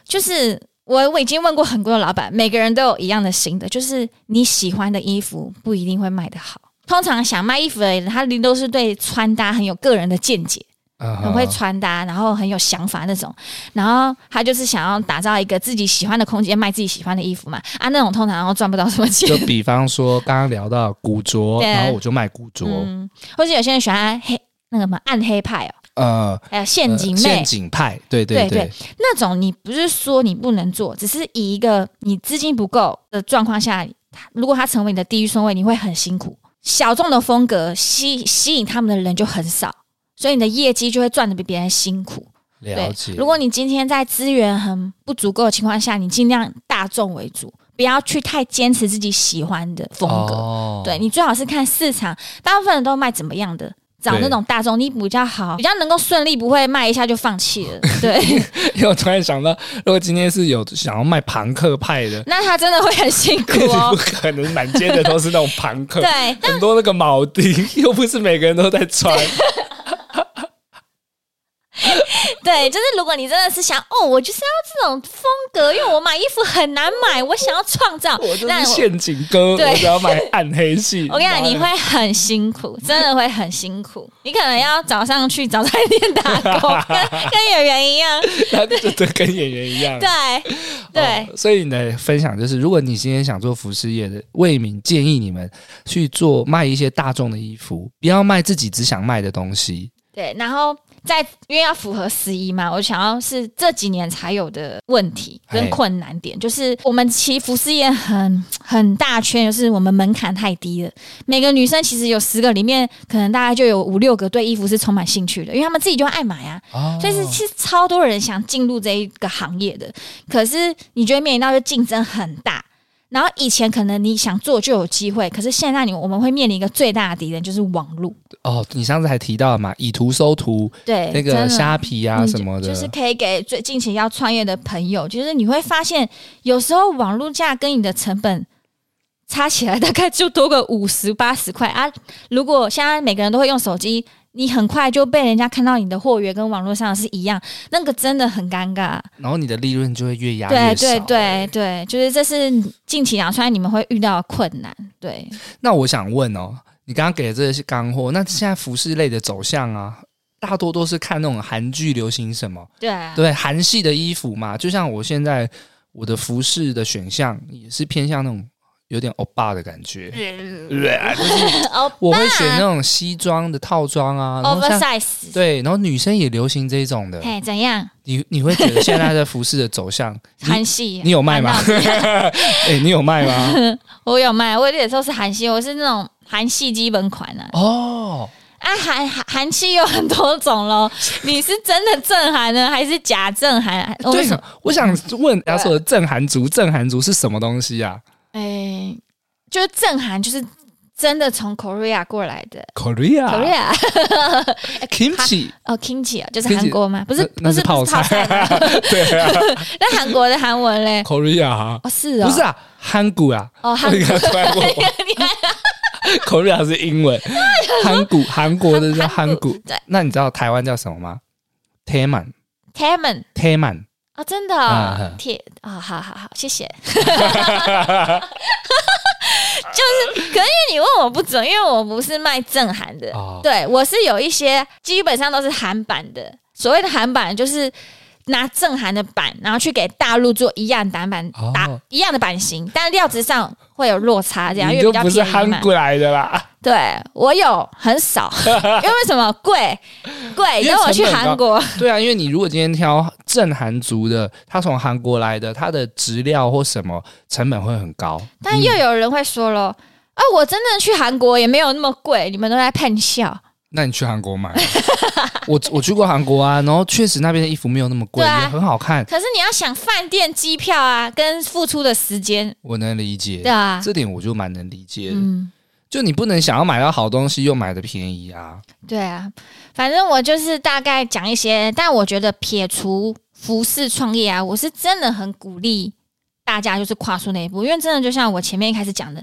[SPEAKER 2] 就是我我已经问过很多老板，每个人都有一样的心得，就是你喜欢的衣服不一定会卖得好。通常想卖衣服的人，他一定都是对穿搭很有个人的见解。很
[SPEAKER 1] 很
[SPEAKER 2] 会穿搭，然后很有想法那种，然后他就是想要打造一个自己喜欢的空间，卖自己喜欢的衣服嘛。啊，那种通常都赚不到什么钱
[SPEAKER 1] 就，比方说，刚刚聊到古着，
[SPEAKER 2] 对
[SPEAKER 1] 然后我就卖古着，
[SPEAKER 2] 嗯， 或者有些人喜欢黑那个什么暗黑派
[SPEAKER 1] 呃，
[SPEAKER 2] 哦，还有陷阱
[SPEAKER 1] 呃
[SPEAKER 2] 妹、
[SPEAKER 1] 陷阱派，对对
[SPEAKER 2] 对对那种，你不是说你不能做，只是以一个你资金不够的状况下，它如果它成为你的地域顺位，你会很辛苦。小众的风格吸吸引他们的人就很少，所以你的业绩就会赚的比别人辛苦。
[SPEAKER 1] 了解。
[SPEAKER 2] 如果你今天在资源很不足够的情况下，你尽量大众为主，不要去太坚持自己喜欢的风格。
[SPEAKER 1] 哦
[SPEAKER 2] 对你最好是看市场，大部分人都卖怎么样的。找那种大众你比较好，比较能够顺利，不会卖一下就放弃 了。对，
[SPEAKER 1] 因为我突然想到，如果今天是有想要卖朋克派的，
[SPEAKER 2] 那他真的会很辛苦
[SPEAKER 1] 不
[SPEAKER 2] 哦。
[SPEAKER 1] 可能满街的都是那种朋克，
[SPEAKER 2] 对，
[SPEAKER 1] 很多那个 铆钉，又不是每个人都在穿。
[SPEAKER 2] 对，就是如果你真的是想哦，我就是要这种风格，因为我买衣服很难买，我想要创造
[SPEAKER 1] 我，就
[SPEAKER 2] 那
[SPEAKER 1] 是
[SPEAKER 2] 我
[SPEAKER 1] 陷阱哥，
[SPEAKER 2] 对
[SPEAKER 1] 我只要买暗黑系。
[SPEAKER 2] 我跟你讲，你会很辛苦，真的会很辛苦。你可能要早上去早餐店打工，跟跟演员一样。
[SPEAKER 1] 那就就跟演员一样。
[SPEAKER 2] 对对
[SPEAKER 1] 哦，所以你的分享就是，如果你今天想做服饰业的，魏敏建议你们去做卖一些大众的衣服，不要卖自己只想卖的东西。
[SPEAKER 2] 对，然后再因为要符合十一嘛，我想要是这几年才有的问题跟
[SPEAKER 1] 哎
[SPEAKER 2] 困难点，就是我们其实服饰业很很大圈，就是我们门槛太低了。每个女生其实有十个里面，可能大概就有五六个对衣服是充满兴趣的，因为她们自己就爱买啊。
[SPEAKER 1] 哦
[SPEAKER 2] 所以是其实超多人想进入这一个行业的，可是你觉得面临到就竞争很大。然后以前可能你想做就有机会，可是现在你我们会面临一个最大的敌人就是网络，
[SPEAKER 1] 哦，你上次还提到嘛，以图搜图，
[SPEAKER 2] 对，
[SPEAKER 1] 那
[SPEAKER 2] 真
[SPEAKER 1] 个
[SPEAKER 2] 的
[SPEAKER 1] 虾皮啊
[SPEAKER 2] 嗯
[SPEAKER 1] 什么的，
[SPEAKER 2] 就是可以给最近期要创业的朋友，就是你会发现有时候网络价跟你的成本差起来大概就多个五十八十块啊。如果现在每个人都会用手机，你很快就被人家看到你的货源跟网络上的是一样，那个真的很尴尬。
[SPEAKER 1] 然后你的利润就会越压越
[SPEAKER 2] 对
[SPEAKER 1] 少。
[SPEAKER 2] 对对对，就是这是近期两川你们会遇到的困难。对，
[SPEAKER 1] 那我想问哦，你刚刚给的这些干货，那现在服饰类的走向啊，大多都是看那种韩剧流行什么，
[SPEAKER 2] 对啊，
[SPEAKER 1] 对韩系的衣服嘛。就像我现在我的服饰的选项也是偏向那种有点欧巴的感觉，对啊， 就是
[SPEAKER 2] 哦
[SPEAKER 1] 我会选那种西装的套装啊，然后像。
[SPEAKER 2] ，oversize，
[SPEAKER 1] 对，然后女生也流行这种的，
[SPEAKER 2] 嘿，怎样？
[SPEAKER 1] 你你会觉得现在的服饰的走向，你
[SPEAKER 2] 韩系，
[SPEAKER 1] 你有卖吗？哎、你有卖吗？
[SPEAKER 2] 我有卖，我有时候是韩系，我是那种韩系基本款啊。
[SPEAKER 1] 哦，
[SPEAKER 2] 啊，韩韩韩系有很多种咯，你是真的正韩呢，还是假正韩？我
[SPEAKER 1] 对啊
[SPEAKER 2] 们，
[SPEAKER 1] 我想问大家说的正韩族，正韩族是什么东西啊
[SPEAKER 2] 哎、就是正韩，就是真的从 Korea 过来的。
[SPEAKER 1] ？Korea
[SPEAKER 2] Korea
[SPEAKER 1] kimchi
[SPEAKER 2] 哦，kimchi 啊，就是
[SPEAKER 1] Kimchi，
[SPEAKER 2] 韩国吗？不是，
[SPEAKER 1] 那
[SPEAKER 2] 不
[SPEAKER 1] 那是
[SPEAKER 2] 是
[SPEAKER 1] 泡
[SPEAKER 2] 不是泡
[SPEAKER 1] 菜
[SPEAKER 2] 菜吗，
[SPEAKER 1] 对啊
[SPEAKER 2] 那韩国的韩文嘞？
[SPEAKER 1] ，Korea 啊
[SPEAKER 2] 哦，是哦，
[SPEAKER 1] 不是啊，韩股啊，
[SPEAKER 2] 哦，韩
[SPEAKER 1] 我刚突然问我 Korea 是英文，韩股韩国的叫韩
[SPEAKER 2] 韩
[SPEAKER 1] 股
[SPEAKER 2] 对。
[SPEAKER 1] 那你知道台湾叫什么吗？Taiman
[SPEAKER 2] Taman
[SPEAKER 1] Taiman，
[SPEAKER 2] 哦，真的
[SPEAKER 1] 啊哈
[SPEAKER 2] 哦铁哦，好好好，谢谢。就是，可是因为你问我不准，因为我不是卖正韩的，
[SPEAKER 1] 哦
[SPEAKER 2] 对我是有一些基本上都是韩版的。所谓的韩版就是拿正韩的版，然后去给大陆做一样打版
[SPEAKER 1] 哦
[SPEAKER 2] 打一样的版型，但料子上会有落差，这样
[SPEAKER 1] 你
[SPEAKER 2] 因为
[SPEAKER 1] 就
[SPEAKER 2] 比较
[SPEAKER 1] 不是
[SPEAKER 2] 便宜
[SPEAKER 1] 韩
[SPEAKER 2] 嘛。
[SPEAKER 1] 国来的啦，
[SPEAKER 2] 对我有很少，因为为什么贵贵？
[SPEAKER 1] 因为
[SPEAKER 2] 等我去
[SPEAKER 1] 成本高
[SPEAKER 2] 韩国，
[SPEAKER 1] 对啊，因为你如果今天挑正韩族的，他从韩国来的，他的质料或什么成本会很高。
[SPEAKER 2] 但又有人会说了，啊，我真正去韩国也没有那么贵，你们都在骗笑。
[SPEAKER 1] 那你去韩国买 啊？我我去过韩国啊，然后确实那边的衣服没有那么贵，
[SPEAKER 2] 对啊
[SPEAKER 1] 也很好看，
[SPEAKER 2] 可是你要想饭店、机票啊，跟付出的时间，
[SPEAKER 1] 我能理解。
[SPEAKER 2] 对啊，
[SPEAKER 1] 这点我就蛮能理解的。
[SPEAKER 2] 嗯，
[SPEAKER 1] 就你不能想要买到好东西又买的便宜啊。
[SPEAKER 2] 对啊，反正我就是大概讲一些，但我觉得撇除服饰创业啊，我是真的很鼓励大家就是跨出那一步，因为真的就像我前面一开始讲的，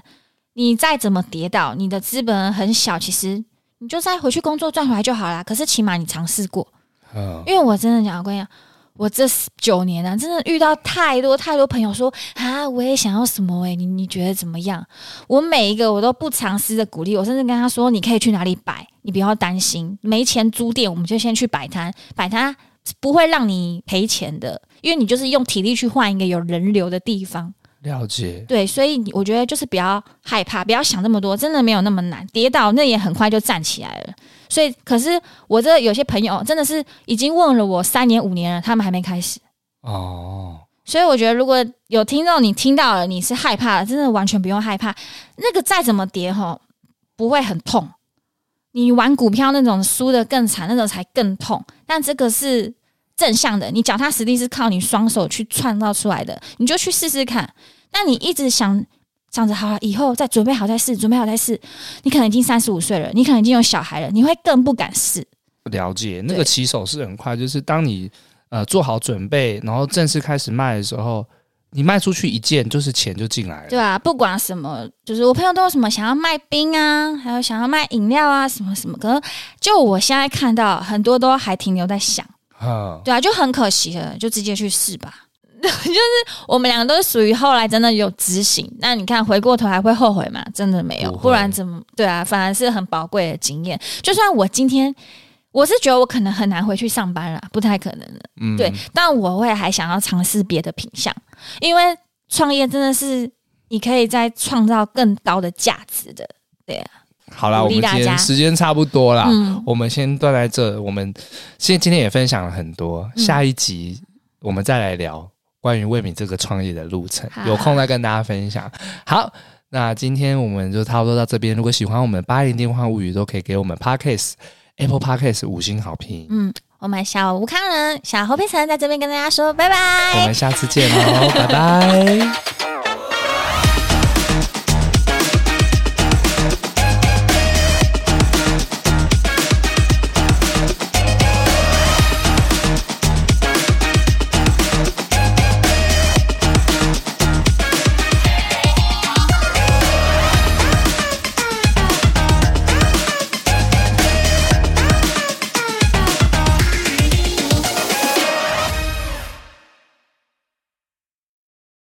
[SPEAKER 2] 你再怎么跌倒，你的资本很小，其实你就再回去工作赚回来就好啦。可是起码你尝试过，
[SPEAKER 1] 嗯，
[SPEAKER 2] 因为我真的讲，我跟你讲，我这九年啊，真的遇到太多太多朋友说啊，我也想要什么诶、欸你你觉得怎么样？我每一个我都不藏私的鼓励，我甚至跟他说，你可以去哪里摆，你不要担心，没钱租店，我们就先去摆摊，摆摊不会让你赔钱的，因为你就是用体力去换一个有人流的地方。
[SPEAKER 1] 了解。
[SPEAKER 2] 对，所以我觉得就是不要害怕，不要想那么多，真的没有那么难。跌倒那也很快就站起来了。所以，可是我这有些朋友真的是已经问了我三年五年了，他们还没开始。
[SPEAKER 1] 哦，
[SPEAKER 2] 所以我觉得，如果有听众你听到了，你是害怕的，真的完全不用害怕。那个再怎么跌吼，不会很痛。你玩股票那种输的更惨，那种才更痛。但这个是正向的，你脚踏实地是靠你双手去创造出来的，你就去试试看。那你一直想想着好了，以后再准备好再试，准备好再试。你可能已经三十五岁了，你可能已经有小孩了，你会更不敢试。
[SPEAKER 1] 了解。那个
[SPEAKER 2] 对
[SPEAKER 1] 起手是很快，就是当你呃做好准备，然后正式开始卖的时候，你卖出去一件，就是钱就进来了。
[SPEAKER 2] 对啊，不管什么，就是我朋友都有什么想要卖冰啊，还有想要卖饮料啊，什么什么。可是就我现在看到很多都还停留在想，
[SPEAKER 1] 啊，
[SPEAKER 2] 对啊，就很可惜了，就直接去试吧。 就是我们两个都是属于后来真的有执行，那你看回过头还会后悔吗？真的没有，
[SPEAKER 1] 不会
[SPEAKER 2] 不然怎么对啊？反而是很宝贵的经验。就算我今天，我是觉得我可能很难回去上班了，不太可能了。
[SPEAKER 1] 嗯，
[SPEAKER 2] 对，但我会还想要尝试别的品相，因为创业真的是你可以再创造更高的价值的。
[SPEAKER 1] 嗯好啦，
[SPEAKER 2] 鼓
[SPEAKER 1] 我
[SPEAKER 2] 励
[SPEAKER 1] 们今
[SPEAKER 2] 大家
[SPEAKER 1] 天时间差不多啦，
[SPEAKER 2] 嗯
[SPEAKER 1] 我们先断在这。我们现今天也分享了很多，
[SPEAKER 2] 嗯
[SPEAKER 1] 下一集我们再来聊关于魏敏这个创业的路程，
[SPEAKER 2] 好
[SPEAKER 1] 有空再跟大家分享。好。那今天我们就差不多到这边。如果喜欢我们的八零电话物语，都可以给我们 Podcast Apple Podcast 五星好评。
[SPEAKER 2] 嗯，我们小吴康人、小侯佩岑在这边跟大家说拜
[SPEAKER 1] 我
[SPEAKER 2] 拜。
[SPEAKER 1] 哦们下次见喽，拜拜。